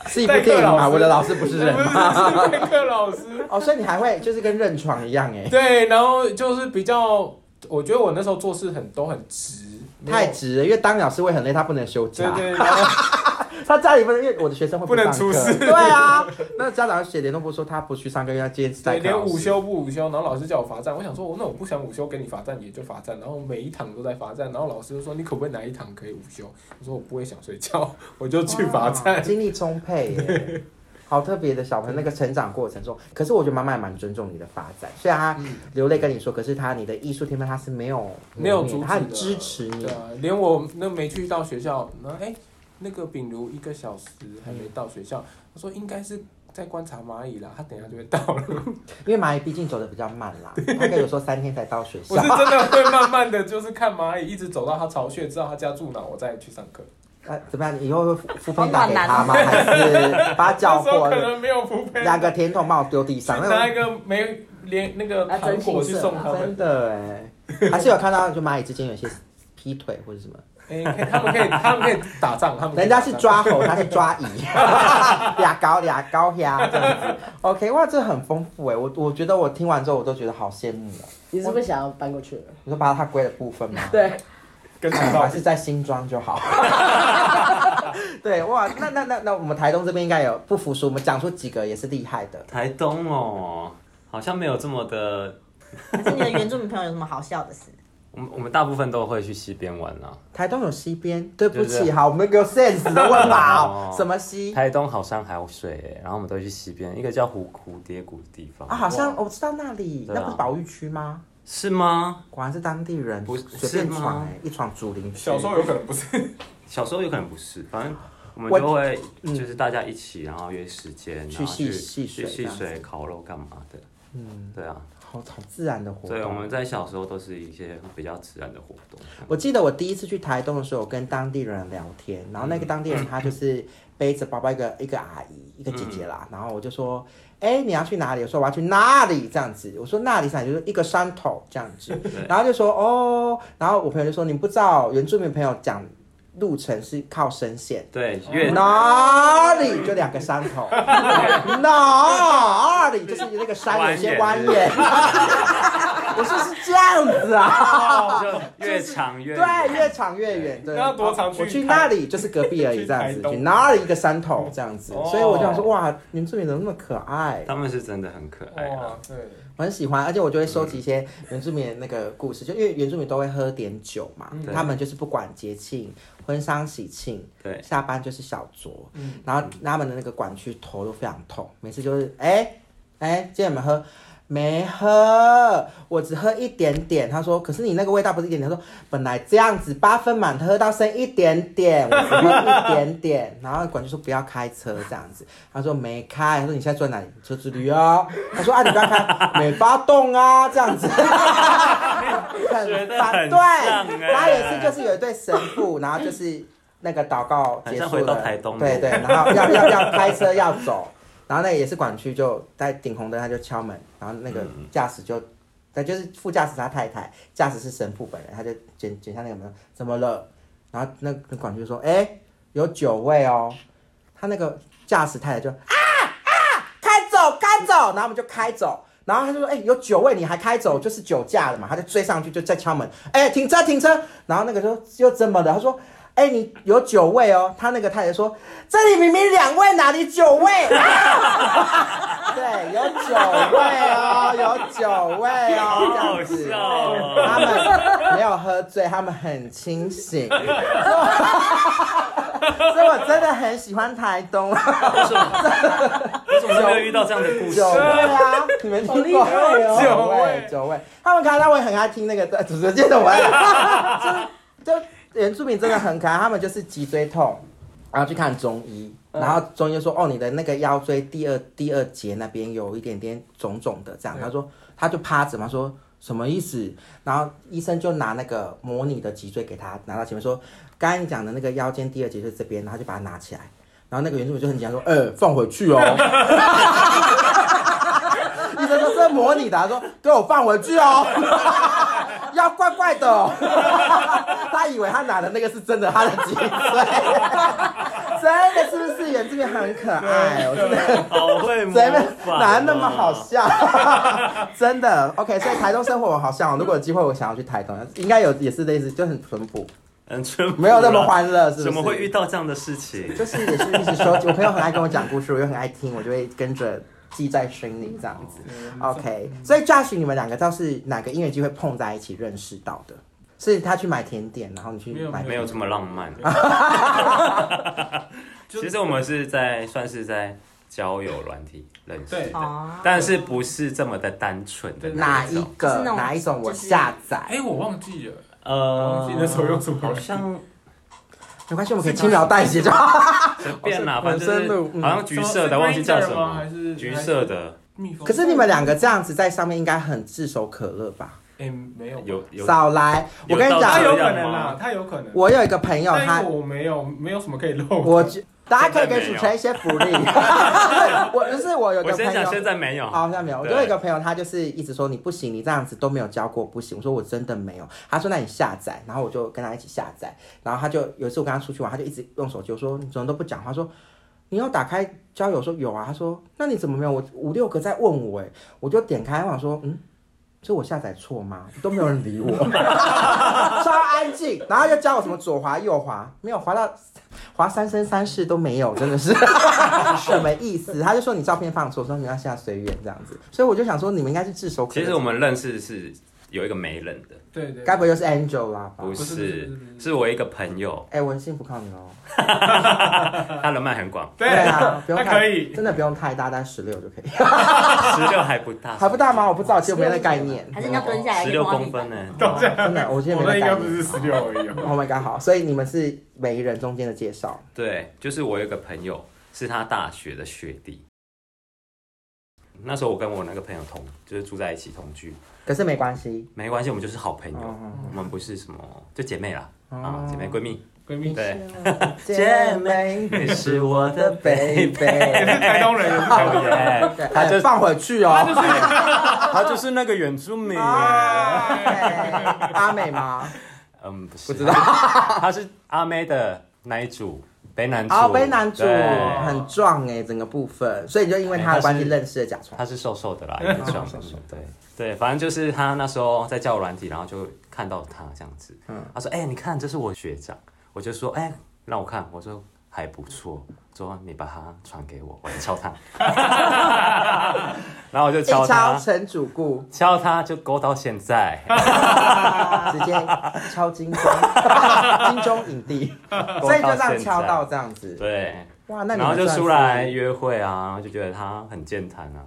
[SPEAKER 1] 是一部电影嘛？我的老师不是人
[SPEAKER 3] 不是
[SPEAKER 1] 吗？
[SPEAKER 3] 是代课老师。
[SPEAKER 1] 哦，所以你还会就是跟认床一样哎，
[SPEAKER 3] 对，然后就是比较，我觉得我那时候做事很都很直，没有
[SPEAKER 1] 太直了，因为当老师会很累，他不能休
[SPEAKER 3] 对
[SPEAKER 1] 假，
[SPEAKER 3] 对，然后
[SPEAKER 1] 他家里不能，因为我的学生会
[SPEAKER 3] 不能
[SPEAKER 1] 上课
[SPEAKER 3] 出事
[SPEAKER 1] 对啊，那家长写联络簿说他不去上课，因为他今天是代
[SPEAKER 3] 对
[SPEAKER 1] 课
[SPEAKER 3] 连
[SPEAKER 1] 老
[SPEAKER 3] 午
[SPEAKER 1] 师。
[SPEAKER 3] 休不午休，然后老师叫我罚站，我想说，那我不想午休给你罚站也就罚站，然后每一堂都在罚站，然后老师就说你可不可以哪一堂可以午休？我说我不会想睡觉， 我就去罚
[SPEAKER 1] 哇
[SPEAKER 3] 站。
[SPEAKER 1] 哦精力充沛耶。好特别的小朋友，那个成长过程中，可是我觉得妈妈也蛮尊重你的发展，虽然她流泪跟你说，可是她你的艺术天分她是没有
[SPEAKER 3] 嗯没有阻止的
[SPEAKER 1] 她很支持你
[SPEAKER 3] 对。啊，连我那没去到学校，那哎、那个秉如一个小时还没到学校，他说应该是在观察蚂蚁啦，他等一下就会到了。
[SPEAKER 1] 因为蚂蚁毕竟走的比较慢 啦，大概有时候三天才到学校
[SPEAKER 3] 我是。真的会慢慢的就是看蚂蚁，一直走到它巢穴，知道它家住哪，我再去上课。
[SPEAKER 1] 那、呃怎么样？以后会付付费打给他吗？还是把他
[SPEAKER 3] 那
[SPEAKER 1] 叫
[SPEAKER 3] 时候
[SPEAKER 1] 货
[SPEAKER 3] 可能没有福配，
[SPEAKER 1] 两个甜筒帮我丢地上？ 那
[SPEAKER 3] 拿
[SPEAKER 1] 个
[SPEAKER 3] 一个没连那个糖果去送他
[SPEAKER 1] 真
[SPEAKER 3] 们。
[SPEAKER 1] 的哎，还是有看到就蚂蚁之间有些劈腿或者什么，
[SPEAKER 3] 哎、他 们可以，他们可以打仗，他们可以
[SPEAKER 1] 人
[SPEAKER 3] 打
[SPEAKER 1] 家
[SPEAKER 3] 仗
[SPEAKER 1] 是抓猴，他是抓 蚁，俩高俩高呀这样子。OK，哇，这很丰富哎，我我觉得我听完之后我都觉得好羡慕哦。
[SPEAKER 4] 你是不是想要搬过去了？
[SPEAKER 1] 你说把它归的部分吗？
[SPEAKER 4] 对，
[SPEAKER 3] 跟
[SPEAKER 1] 哎
[SPEAKER 3] 打
[SPEAKER 1] 还
[SPEAKER 3] 仗
[SPEAKER 1] 是在新庄就 好。对，哇，那那那那我们台东这边应该有不服输，我们讲出几个也是厉害的。
[SPEAKER 2] 台东哦，好像没有这么的，
[SPEAKER 5] 可是你的原住民朋友有什么好笑的事？
[SPEAKER 2] 我们我们大部分都会去西边玩啦、
[SPEAKER 1] 台东有西边，对不
[SPEAKER 2] 对
[SPEAKER 1] 起，
[SPEAKER 2] 对
[SPEAKER 1] 好，我们有 sense 的问法哦
[SPEAKER 2] 哦，
[SPEAKER 1] 什么西
[SPEAKER 2] 台东好山好水欸，然后我们都会去西边，一个叫蝴蝴蝶谷的地方
[SPEAKER 1] 啊？好像
[SPEAKER 3] 哇
[SPEAKER 1] 我知道那里，
[SPEAKER 2] 对啊
[SPEAKER 1] 那不是保育区吗？
[SPEAKER 2] 是吗？
[SPEAKER 1] 果然是当地人，
[SPEAKER 2] 不
[SPEAKER 1] 随便
[SPEAKER 2] 是吗
[SPEAKER 1] 闯哎，一闯竹林区
[SPEAKER 3] 小时候有可能不 是，
[SPEAKER 2] 小时候有可能不是，反正我们
[SPEAKER 1] 我嗯
[SPEAKER 2] 就会就是大家一起，然后约时间，
[SPEAKER 1] 去
[SPEAKER 2] 然后
[SPEAKER 1] 戏
[SPEAKER 2] 去
[SPEAKER 1] 戏水
[SPEAKER 2] 去戏
[SPEAKER 1] 这样
[SPEAKER 2] 水烤肉干嘛的。嗯，对啊，
[SPEAKER 1] 好好自然的活
[SPEAKER 2] 对，我
[SPEAKER 1] 动。
[SPEAKER 2] 们在小时候都是一些比较自然的活动。
[SPEAKER 1] 我记得我第一次去台东的时候，我跟当地人聊天，然后那个当地人她就是背着包包一个一个阿姨一个姐姐啦，然后我就说，哎、你要去哪里？我说我要去那里这样子，我说那里是哪里就是一个山头这样子，然后就说哦，然后我朋友就说你们不知道原住民朋友讲路程是靠声线。
[SPEAKER 2] 对，越
[SPEAKER 1] 哪里就两个山头，哪里就是那个山有些蜿蜒，
[SPEAKER 2] 蜿
[SPEAKER 1] 我说是这样子啊，
[SPEAKER 2] 就越长越
[SPEAKER 1] 对，越长越远，对。啊
[SPEAKER 3] 那多长去
[SPEAKER 1] 我去
[SPEAKER 3] 台
[SPEAKER 1] 那里就是隔壁而已，这样
[SPEAKER 3] 去台
[SPEAKER 1] 子，
[SPEAKER 3] 东
[SPEAKER 1] 去哪里一个山头这样子，
[SPEAKER 3] 哦
[SPEAKER 1] 所以我就想说，哇，你们这边怎么那么可爱？
[SPEAKER 2] 他们是真的很可爱啊。
[SPEAKER 3] 哇，哎对，
[SPEAKER 1] 我很喜欢，而且我就会收集一
[SPEAKER 3] 嗯
[SPEAKER 1] 些原住民的那个故事，就因为原住民都会喝点酒嘛，
[SPEAKER 3] 嗯
[SPEAKER 1] 他们就是不管节庆、婚丧喜庆，
[SPEAKER 2] 对
[SPEAKER 1] 下班就是小酌，
[SPEAKER 3] 嗯
[SPEAKER 1] 然后他们的那个管区头都非常痛，每次就是哎哎，今天有没有喝？没喝，我只喝一点点。他说，可是你那个味道不是一点点。他说，本来这样子八分满，喝到剩一点点，我只喝一点点。 然后管就说不要开车这样子。他说没开，他说你现在坐在哪里？车子驴哦。他说啊，你不要开，没发动啊，这 样子。
[SPEAKER 2] 觉
[SPEAKER 1] 很
[SPEAKER 2] 得
[SPEAKER 1] 反
[SPEAKER 2] 很
[SPEAKER 1] 对
[SPEAKER 2] 像欸，
[SPEAKER 1] 然后也是就是有一对神父，然后就是那个祷告结
[SPEAKER 2] 很像
[SPEAKER 1] 束
[SPEAKER 2] 回到
[SPEAKER 1] 了，
[SPEAKER 2] 台东
[SPEAKER 1] 对对，然后要要要开车要走，然后那个也是管区就在顶红灯，他就敲门，然后那个
[SPEAKER 2] 嗯
[SPEAKER 1] 驾驶就，那、就是副驾驶是他太太，驾驶是神父本人，他就捡捡下那个门，怎么了？然后那个管区就说，哎、有酒味哦，他那个驾驶太太就啊啊，开走开走，然后我们就开走。然后他就说：“哎、有酒味，你还开走，就是酒驾了嘛。”他就追上去，就再敲门：“哎、停车，停车！”然后那个说：“又怎么了？”他说：“哎、你有酒味哦。”他那个太太说：“这里明明两位，哪里酒味？”对，有酒味哦，有酒味哦，这样子。
[SPEAKER 2] 好好笑哦
[SPEAKER 1] 他们没有喝醉，他们很清醒。所以我所以我真的很喜欢台东。
[SPEAKER 2] 为什么？为什么没有遇到这样的故事
[SPEAKER 1] 酒味
[SPEAKER 2] 啊？
[SPEAKER 1] 啊，你们听过？
[SPEAKER 3] 酒
[SPEAKER 1] 酒
[SPEAKER 3] 味
[SPEAKER 1] 味，酒味。他们可爱，但我也很爱听那个呃主持人界的我爱，就是就原住民真的很可爱，他们就是脊椎痛，然后去看中医，然后中医就说哦，你的那个腰椎第二第二节那边有一点点肿肿的，这样。
[SPEAKER 3] 对
[SPEAKER 1] 他说他就趴着嘛，说。什么意思？然后医生就拿那个模拟的脊椎给他，拿到前面说，刚刚你讲的那个腰间第二节就是这边，然后他就把它拿起来，然后那个原住民就很紧张说，呃，放回去哦。医生说这模拟的、他说给我放回去 哦，要怪怪的、 哦。他以为他拿的那个是真的，他的脊椎，真的是不是原住民很可爱？我真的。
[SPEAKER 2] 好会模
[SPEAKER 1] 怎么
[SPEAKER 2] 仿，啊
[SPEAKER 1] 哪那么好？笑？ 真的，OK，所以台东生活我好向往。如果有机会，我想要去台东，应该有也是类似，就很淳朴，
[SPEAKER 2] 嗯，全部
[SPEAKER 1] 没有那么欢乐，是不是？
[SPEAKER 2] 怎么会遇到这样的事情？
[SPEAKER 1] 就是也是一直收集，我朋友很爱跟我讲故事，我又很爱听，我就会跟着记在心里这样子。OK，所以
[SPEAKER 3] 嗯
[SPEAKER 1] Josh，你们两个倒是哪个音乐机会碰在一起认识到的？是他去买甜点，然后你去
[SPEAKER 3] 没有
[SPEAKER 1] 买
[SPEAKER 2] 没有这么浪漫。
[SPEAKER 3] 就
[SPEAKER 2] 其实我们是在算是在交友软体认识
[SPEAKER 3] 对
[SPEAKER 2] 的，
[SPEAKER 5] 哦，
[SPEAKER 2] 但是不是这么的单纯的
[SPEAKER 1] 哪
[SPEAKER 2] 那
[SPEAKER 1] 一
[SPEAKER 2] 种。
[SPEAKER 1] 个
[SPEAKER 5] 是那种
[SPEAKER 1] 哪一种我
[SPEAKER 5] 就是
[SPEAKER 1] 下载，
[SPEAKER 3] 哎，我忘记了，
[SPEAKER 2] 呃
[SPEAKER 3] 忘记那时候用什么
[SPEAKER 2] 好像
[SPEAKER 1] 没关系，我们可以轻描淡写就好。
[SPEAKER 2] 随便啦，
[SPEAKER 1] 好像
[SPEAKER 2] 反正就是
[SPEAKER 1] 纹身路嗯
[SPEAKER 2] 好像橘色的，忘记叫什
[SPEAKER 3] 什么
[SPEAKER 2] 么
[SPEAKER 3] 还，是
[SPEAKER 2] 橘色的
[SPEAKER 3] 蜜蜂？
[SPEAKER 1] 可是你们两个这样子在上面应该很炙手可热吧？
[SPEAKER 3] 哎，没有，
[SPEAKER 2] 有有
[SPEAKER 1] 少来，
[SPEAKER 2] 有
[SPEAKER 1] 我跟你
[SPEAKER 2] 到
[SPEAKER 3] 他
[SPEAKER 1] 讲，
[SPEAKER 2] 这
[SPEAKER 3] 有可
[SPEAKER 2] 样
[SPEAKER 3] 能啦
[SPEAKER 2] 吗，
[SPEAKER 3] 他有可能，
[SPEAKER 1] 我有一个朋友，他
[SPEAKER 3] 但我没有，没有什么可以漏的。
[SPEAKER 1] 我觉大家可以
[SPEAKER 2] 现在
[SPEAKER 1] 给
[SPEAKER 2] 没
[SPEAKER 1] 主
[SPEAKER 2] 有
[SPEAKER 1] 持人一些福利。 我就是我有
[SPEAKER 2] 我
[SPEAKER 1] 个朋
[SPEAKER 2] 先讲，现
[SPEAKER 1] 友。
[SPEAKER 2] 在没有。
[SPEAKER 1] 哦好像没有，我
[SPEAKER 2] 对
[SPEAKER 1] 就有一个朋友，他就是一直说你不行，你这样子都没有教过，不行。我说我真的没有。他说那你下载，然后我就跟他一起下载。然后他就有一次我跟他出去玩，他就一直用手机，我说你怎么都不讲话，他说你有打开交友，我说有啊。他说那你怎么没有？我五六个在问我、欸，我就点开，我想说嗯，这我下载错吗？都没有人 理我，超安静。然后就教我什么左滑右滑，没有滑到滑三生三世都没有，真 的是什么意思？他就说你照片放错，我说你要下随缘这样子，所以我就想说你们应该是炙手可
[SPEAKER 2] 其
[SPEAKER 1] 热。
[SPEAKER 2] 实我们认识是有一个媒人的，
[SPEAKER 3] 对对，
[SPEAKER 1] 该不会哦就是 Angel 啦吧？
[SPEAKER 2] 不
[SPEAKER 3] 不是不是
[SPEAKER 2] 是
[SPEAKER 3] 不是不，是
[SPEAKER 2] 是我一个朋友，
[SPEAKER 1] 哎、我很幸福靠你喽。
[SPEAKER 2] 他人脉很广，
[SPEAKER 3] 对
[SPEAKER 1] 啊，不用
[SPEAKER 3] 他
[SPEAKER 1] 太
[SPEAKER 3] 可以，
[SPEAKER 1] 真的不用太大，但十六就可以，
[SPEAKER 2] 十六还不大，
[SPEAKER 1] 还不大吗？我不知道，其实我啊没那概念。哦
[SPEAKER 5] 还是你要蹲下来，
[SPEAKER 2] 十
[SPEAKER 5] 可以
[SPEAKER 2] 六
[SPEAKER 5] 碰到
[SPEAKER 2] 公
[SPEAKER 5] 地板
[SPEAKER 2] 分呢。
[SPEAKER 3] 到这样，
[SPEAKER 1] 真的，我今天
[SPEAKER 3] 我
[SPEAKER 1] 没那
[SPEAKER 3] 那应
[SPEAKER 1] 概
[SPEAKER 3] 该不
[SPEAKER 1] 念。
[SPEAKER 3] 是十六而已哦。
[SPEAKER 1] Oh my god，好，所以你们是每人中间的介绍。
[SPEAKER 2] 对，就是我有一个朋友，是他大学的学弟。那时候我跟我那个朋友同，就是住在一起同居，
[SPEAKER 1] 可是没关系，
[SPEAKER 2] 没关系，我们就是好朋友，
[SPEAKER 1] 哦
[SPEAKER 2] 我们不是什么就姐妹啦，
[SPEAKER 1] 哦
[SPEAKER 2] 啊，姐妹闺蜜，
[SPEAKER 3] 闺 蜜，
[SPEAKER 2] 对，
[SPEAKER 1] 姐妹，
[SPEAKER 2] 你是我的
[SPEAKER 1] baby
[SPEAKER 3] 也是台东人，也是台东人。
[SPEAKER 1] 对哎 放回去哦。
[SPEAKER 2] 他就是那个原住民
[SPEAKER 1] 啊对阿美吗？
[SPEAKER 2] 嗯，不是，
[SPEAKER 1] 不知道，
[SPEAKER 2] 他是阿妹的那一组，北南
[SPEAKER 1] 哦，
[SPEAKER 2] 主
[SPEAKER 1] 被男主
[SPEAKER 2] 对
[SPEAKER 1] 很壮哎、整个部分，所以你就因为他的关系
[SPEAKER 2] 哎他是
[SPEAKER 1] 认识了甲虫。
[SPEAKER 2] 他是瘦瘦的啦，也不壮
[SPEAKER 1] 嗯瘦瘦的
[SPEAKER 2] 对对，反正就是他那时候在教软体，然后就看到他这样子，
[SPEAKER 1] 嗯
[SPEAKER 2] 他说：“哎、你看，这是我学长。”我就说：“哎、让我看。”我说：“还不错。”说：“你把它传给我，我 来敲他。”然后我就
[SPEAKER 1] 一
[SPEAKER 2] 敲
[SPEAKER 1] 敲
[SPEAKER 2] 他，
[SPEAKER 1] 成主 顾，
[SPEAKER 2] 敲他就勾到现在。
[SPEAKER 1] 直接敲金 钟，金钟影帝， 所以就这样敲到这样子。
[SPEAKER 2] 对，
[SPEAKER 1] 哇，那你们
[SPEAKER 2] 然后就
[SPEAKER 1] 算是
[SPEAKER 2] 出来约会啊，然后就觉得他很健谈啊，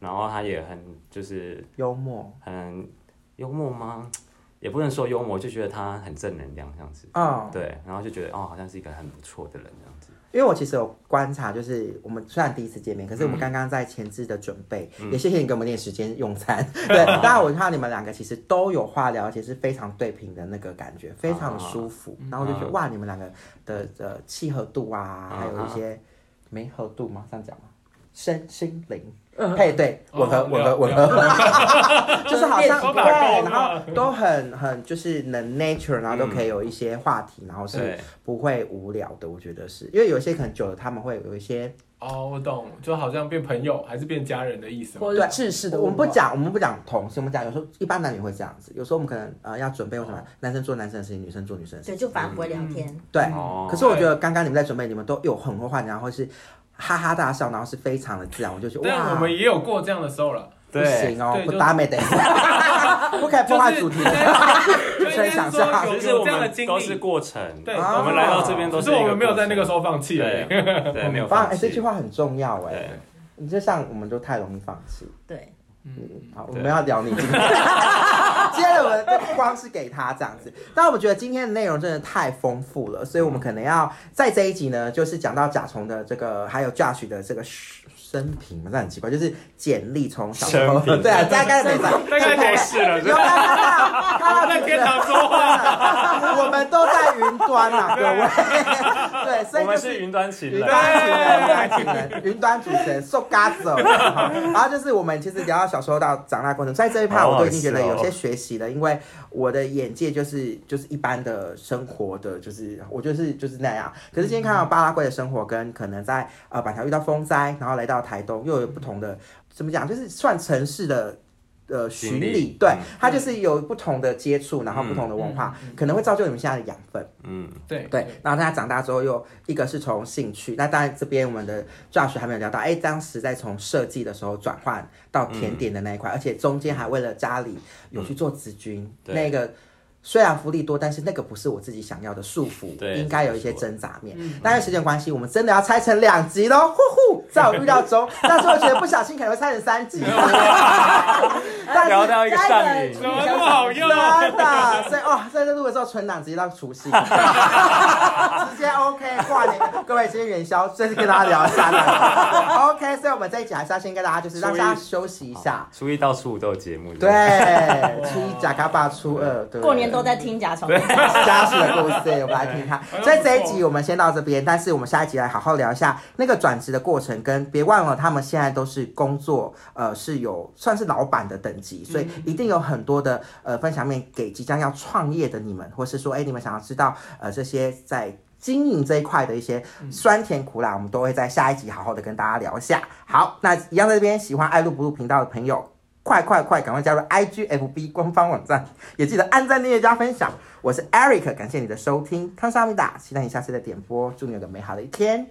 [SPEAKER 2] 然后他也很就是
[SPEAKER 1] 幽默，
[SPEAKER 2] 很幽默吗？也不能说幽默，就觉得他很正能量这样子。
[SPEAKER 1] 嗯，
[SPEAKER 2] 对，然后就觉得哦，好像是一个很不错的人这样子。
[SPEAKER 1] 因为我其实有观察，就是我们虽然第一次见面，
[SPEAKER 3] 嗯
[SPEAKER 1] 可是我们刚刚在前置的准备，也谢谢你给我们点时间用 餐。对，当然我看到你们两个其实都有话聊，而且是非常对平的那个感觉，非常的舒服。
[SPEAKER 3] 嗯
[SPEAKER 1] 然后我就觉得、哇，你们两个的呃契合度啊，还有一些没合度吗？这样讲吗？身心灵配对，吻合
[SPEAKER 3] 哦
[SPEAKER 1] 吻合
[SPEAKER 3] 了
[SPEAKER 1] 吻 合，就是好像
[SPEAKER 3] 都
[SPEAKER 1] 对，
[SPEAKER 3] 打勾了
[SPEAKER 1] 然后都很很就是能 nature，然后都可以
[SPEAKER 3] 嗯
[SPEAKER 1] 有一些话题，然后是
[SPEAKER 2] 对，
[SPEAKER 1] 不会无聊的，我觉得是因为有一些可能久了他们会有一些，
[SPEAKER 3] 哦，我懂，就好像变朋友还是变家人的意思嘛。
[SPEAKER 4] 或者是制式的
[SPEAKER 1] 啊我
[SPEAKER 4] 文
[SPEAKER 1] 们
[SPEAKER 4] 化，
[SPEAKER 1] 不讲，我们不讲同性，我们讲有时候一般男女会这样子，有时候我们可能呃要准备或
[SPEAKER 4] 哦
[SPEAKER 1] 什么，男生做男生的事情，女生做女生的事
[SPEAKER 5] 对，
[SPEAKER 1] 情，
[SPEAKER 5] 就反而不会聊天。
[SPEAKER 1] 对。
[SPEAKER 2] 哦
[SPEAKER 1] 哎可是我觉得刚刚你们在准备，你们都有很多话，然后是哈哈大笑，然后是非常的自然，我就觉得
[SPEAKER 3] 但我
[SPEAKER 1] 哇，
[SPEAKER 3] 们也有过这样的时候了，
[SPEAKER 1] 不行哦
[SPEAKER 3] 对，
[SPEAKER 1] 不
[SPEAKER 3] 就
[SPEAKER 1] 搭妹 的，不可以破坏 主题，
[SPEAKER 3] 就
[SPEAKER 1] 不能
[SPEAKER 3] 是
[SPEAKER 1] 想
[SPEAKER 3] 说
[SPEAKER 1] 象。
[SPEAKER 2] 其
[SPEAKER 3] 有
[SPEAKER 2] 实我
[SPEAKER 3] 有这样的
[SPEAKER 2] 们
[SPEAKER 3] 经
[SPEAKER 2] 都是
[SPEAKER 3] 历，
[SPEAKER 2] 过程，
[SPEAKER 3] 对
[SPEAKER 2] 我们来到这边都
[SPEAKER 3] 可
[SPEAKER 2] 是
[SPEAKER 3] 是
[SPEAKER 2] 一个
[SPEAKER 3] 我们没有在那个时
[SPEAKER 2] 过
[SPEAKER 3] 候放弃而
[SPEAKER 2] 对
[SPEAKER 3] 已。
[SPEAKER 2] 程， 对，没有
[SPEAKER 1] 放
[SPEAKER 2] 放
[SPEAKER 1] 哎，
[SPEAKER 2] 弃
[SPEAKER 1] 这句话很重要哎
[SPEAKER 2] 对，
[SPEAKER 1] 你就像我们都太容易放弃。
[SPEAKER 5] 对，
[SPEAKER 1] 嗯，好，我
[SPEAKER 2] 对
[SPEAKER 1] 们要聊你。 今天的我们不光是给他这样子，但我们觉得今天的内容真的太丰富了，所以我们可能要在这一集呢，就是讲到甲虫的这个，还有 Josh 的这个生平嘛，那很奇怪，就是简历从小时候，
[SPEAKER 2] 生 平
[SPEAKER 1] 对啊，大概没在，
[SPEAKER 3] 大 概没事了，
[SPEAKER 1] 有啦啦啦，
[SPEAKER 3] 他在天堂说话，
[SPEAKER 1] 我们都在云端啊，各 位，对，所以
[SPEAKER 2] 我
[SPEAKER 1] 就
[SPEAKER 2] 们
[SPEAKER 1] 是
[SPEAKER 2] 是云端情
[SPEAKER 1] 云
[SPEAKER 2] 人，
[SPEAKER 1] 端主持人，云端主持人，云端主持人，受嘎子哦。好然后就是我们其实聊到小时候到长大过程，在这一趴
[SPEAKER 2] 好
[SPEAKER 1] 我
[SPEAKER 2] 好
[SPEAKER 1] 都已经觉得
[SPEAKER 2] 笑
[SPEAKER 1] 有
[SPEAKER 2] 哦
[SPEAKER 1] 些学习了，因为我的眼界就是就是一般的生活的，就是我就是就是那样。可是今天看到巴拉圭的生活，跟可能在呃板桥遇到风灾，然后来到台东，又有不同的怎么讲，就是算城市的。呃，巡
[SPEAKER 2] 经历
[SPEAKER 1] 礼对
[SPEAKER 2] 嗯，
[SPEAKER 1] 它就是有不同的接触，然后不同的文化，可能会造就你们现在的养分。
[SPEAKER 2] 嗯，
[SPEAKER 3] 嗯对
[SPEAKER 1] 对，然后他长大之后又一个是从兴趣，那当然这边我们的 Josh 还没有聊到，哎，当时在从设计的时候转换到甜点的那一块，而且中间还为了家里有去做职军，
[SPEAKER 2] 对
[SPEAKER 1] 那个虽然福利多，但是那个不是我自己想要的束缚，
[SPEAKER 2] 对
[SPEAKER 1] 应该有一些挣扎面。但是时间关系，我们真的要拆成两集喽，呼呼，在我预料中，但是我觉得不小心可能会拆成三集， 但是
[SPEAKER 2] 聊到一个上瘾
[SPEAKER 3] 怎，么那么好用？啊
[SPEAKER 1] 真的，所以哦，在这录的时候存档直接到除夕，直接 OK 跨年。各位，今天元宵，这是跟大家聊一下的。OK，所以我们这一集还是要先跟大家就是让大家休息一下。
[SPEAKER 2] 初一到初五都有节目，
[SPEAKER 1] 对，初一假嘎巴，初二对
[SPEAKER 5] 过年都在听甲虫。
[SPEAKER 1] 家属的故事，我们来听他。所以这一集我们先到这边，但是我们下一集来好好聊一下那个转职的过程，跟别忘了他们现在都是工作，呃，是有算是老板的等级，所以一定有很多的呃分享面给即将要创业的你们，或是说，哎，你们想要知道呃这些在。经营这一块的一些酸甜苦辣，我们都会在下一集好好的跟大家聊一下。好，那一样在这边喜欢爱路不路频道的朋友，快快快，赶快加入 IGFB 官方网站，也记得按赞、订阅、加分享。我是 Eric，感谢你的收听，康萨米达，期待你下次的点播，祝你有个美好的一天，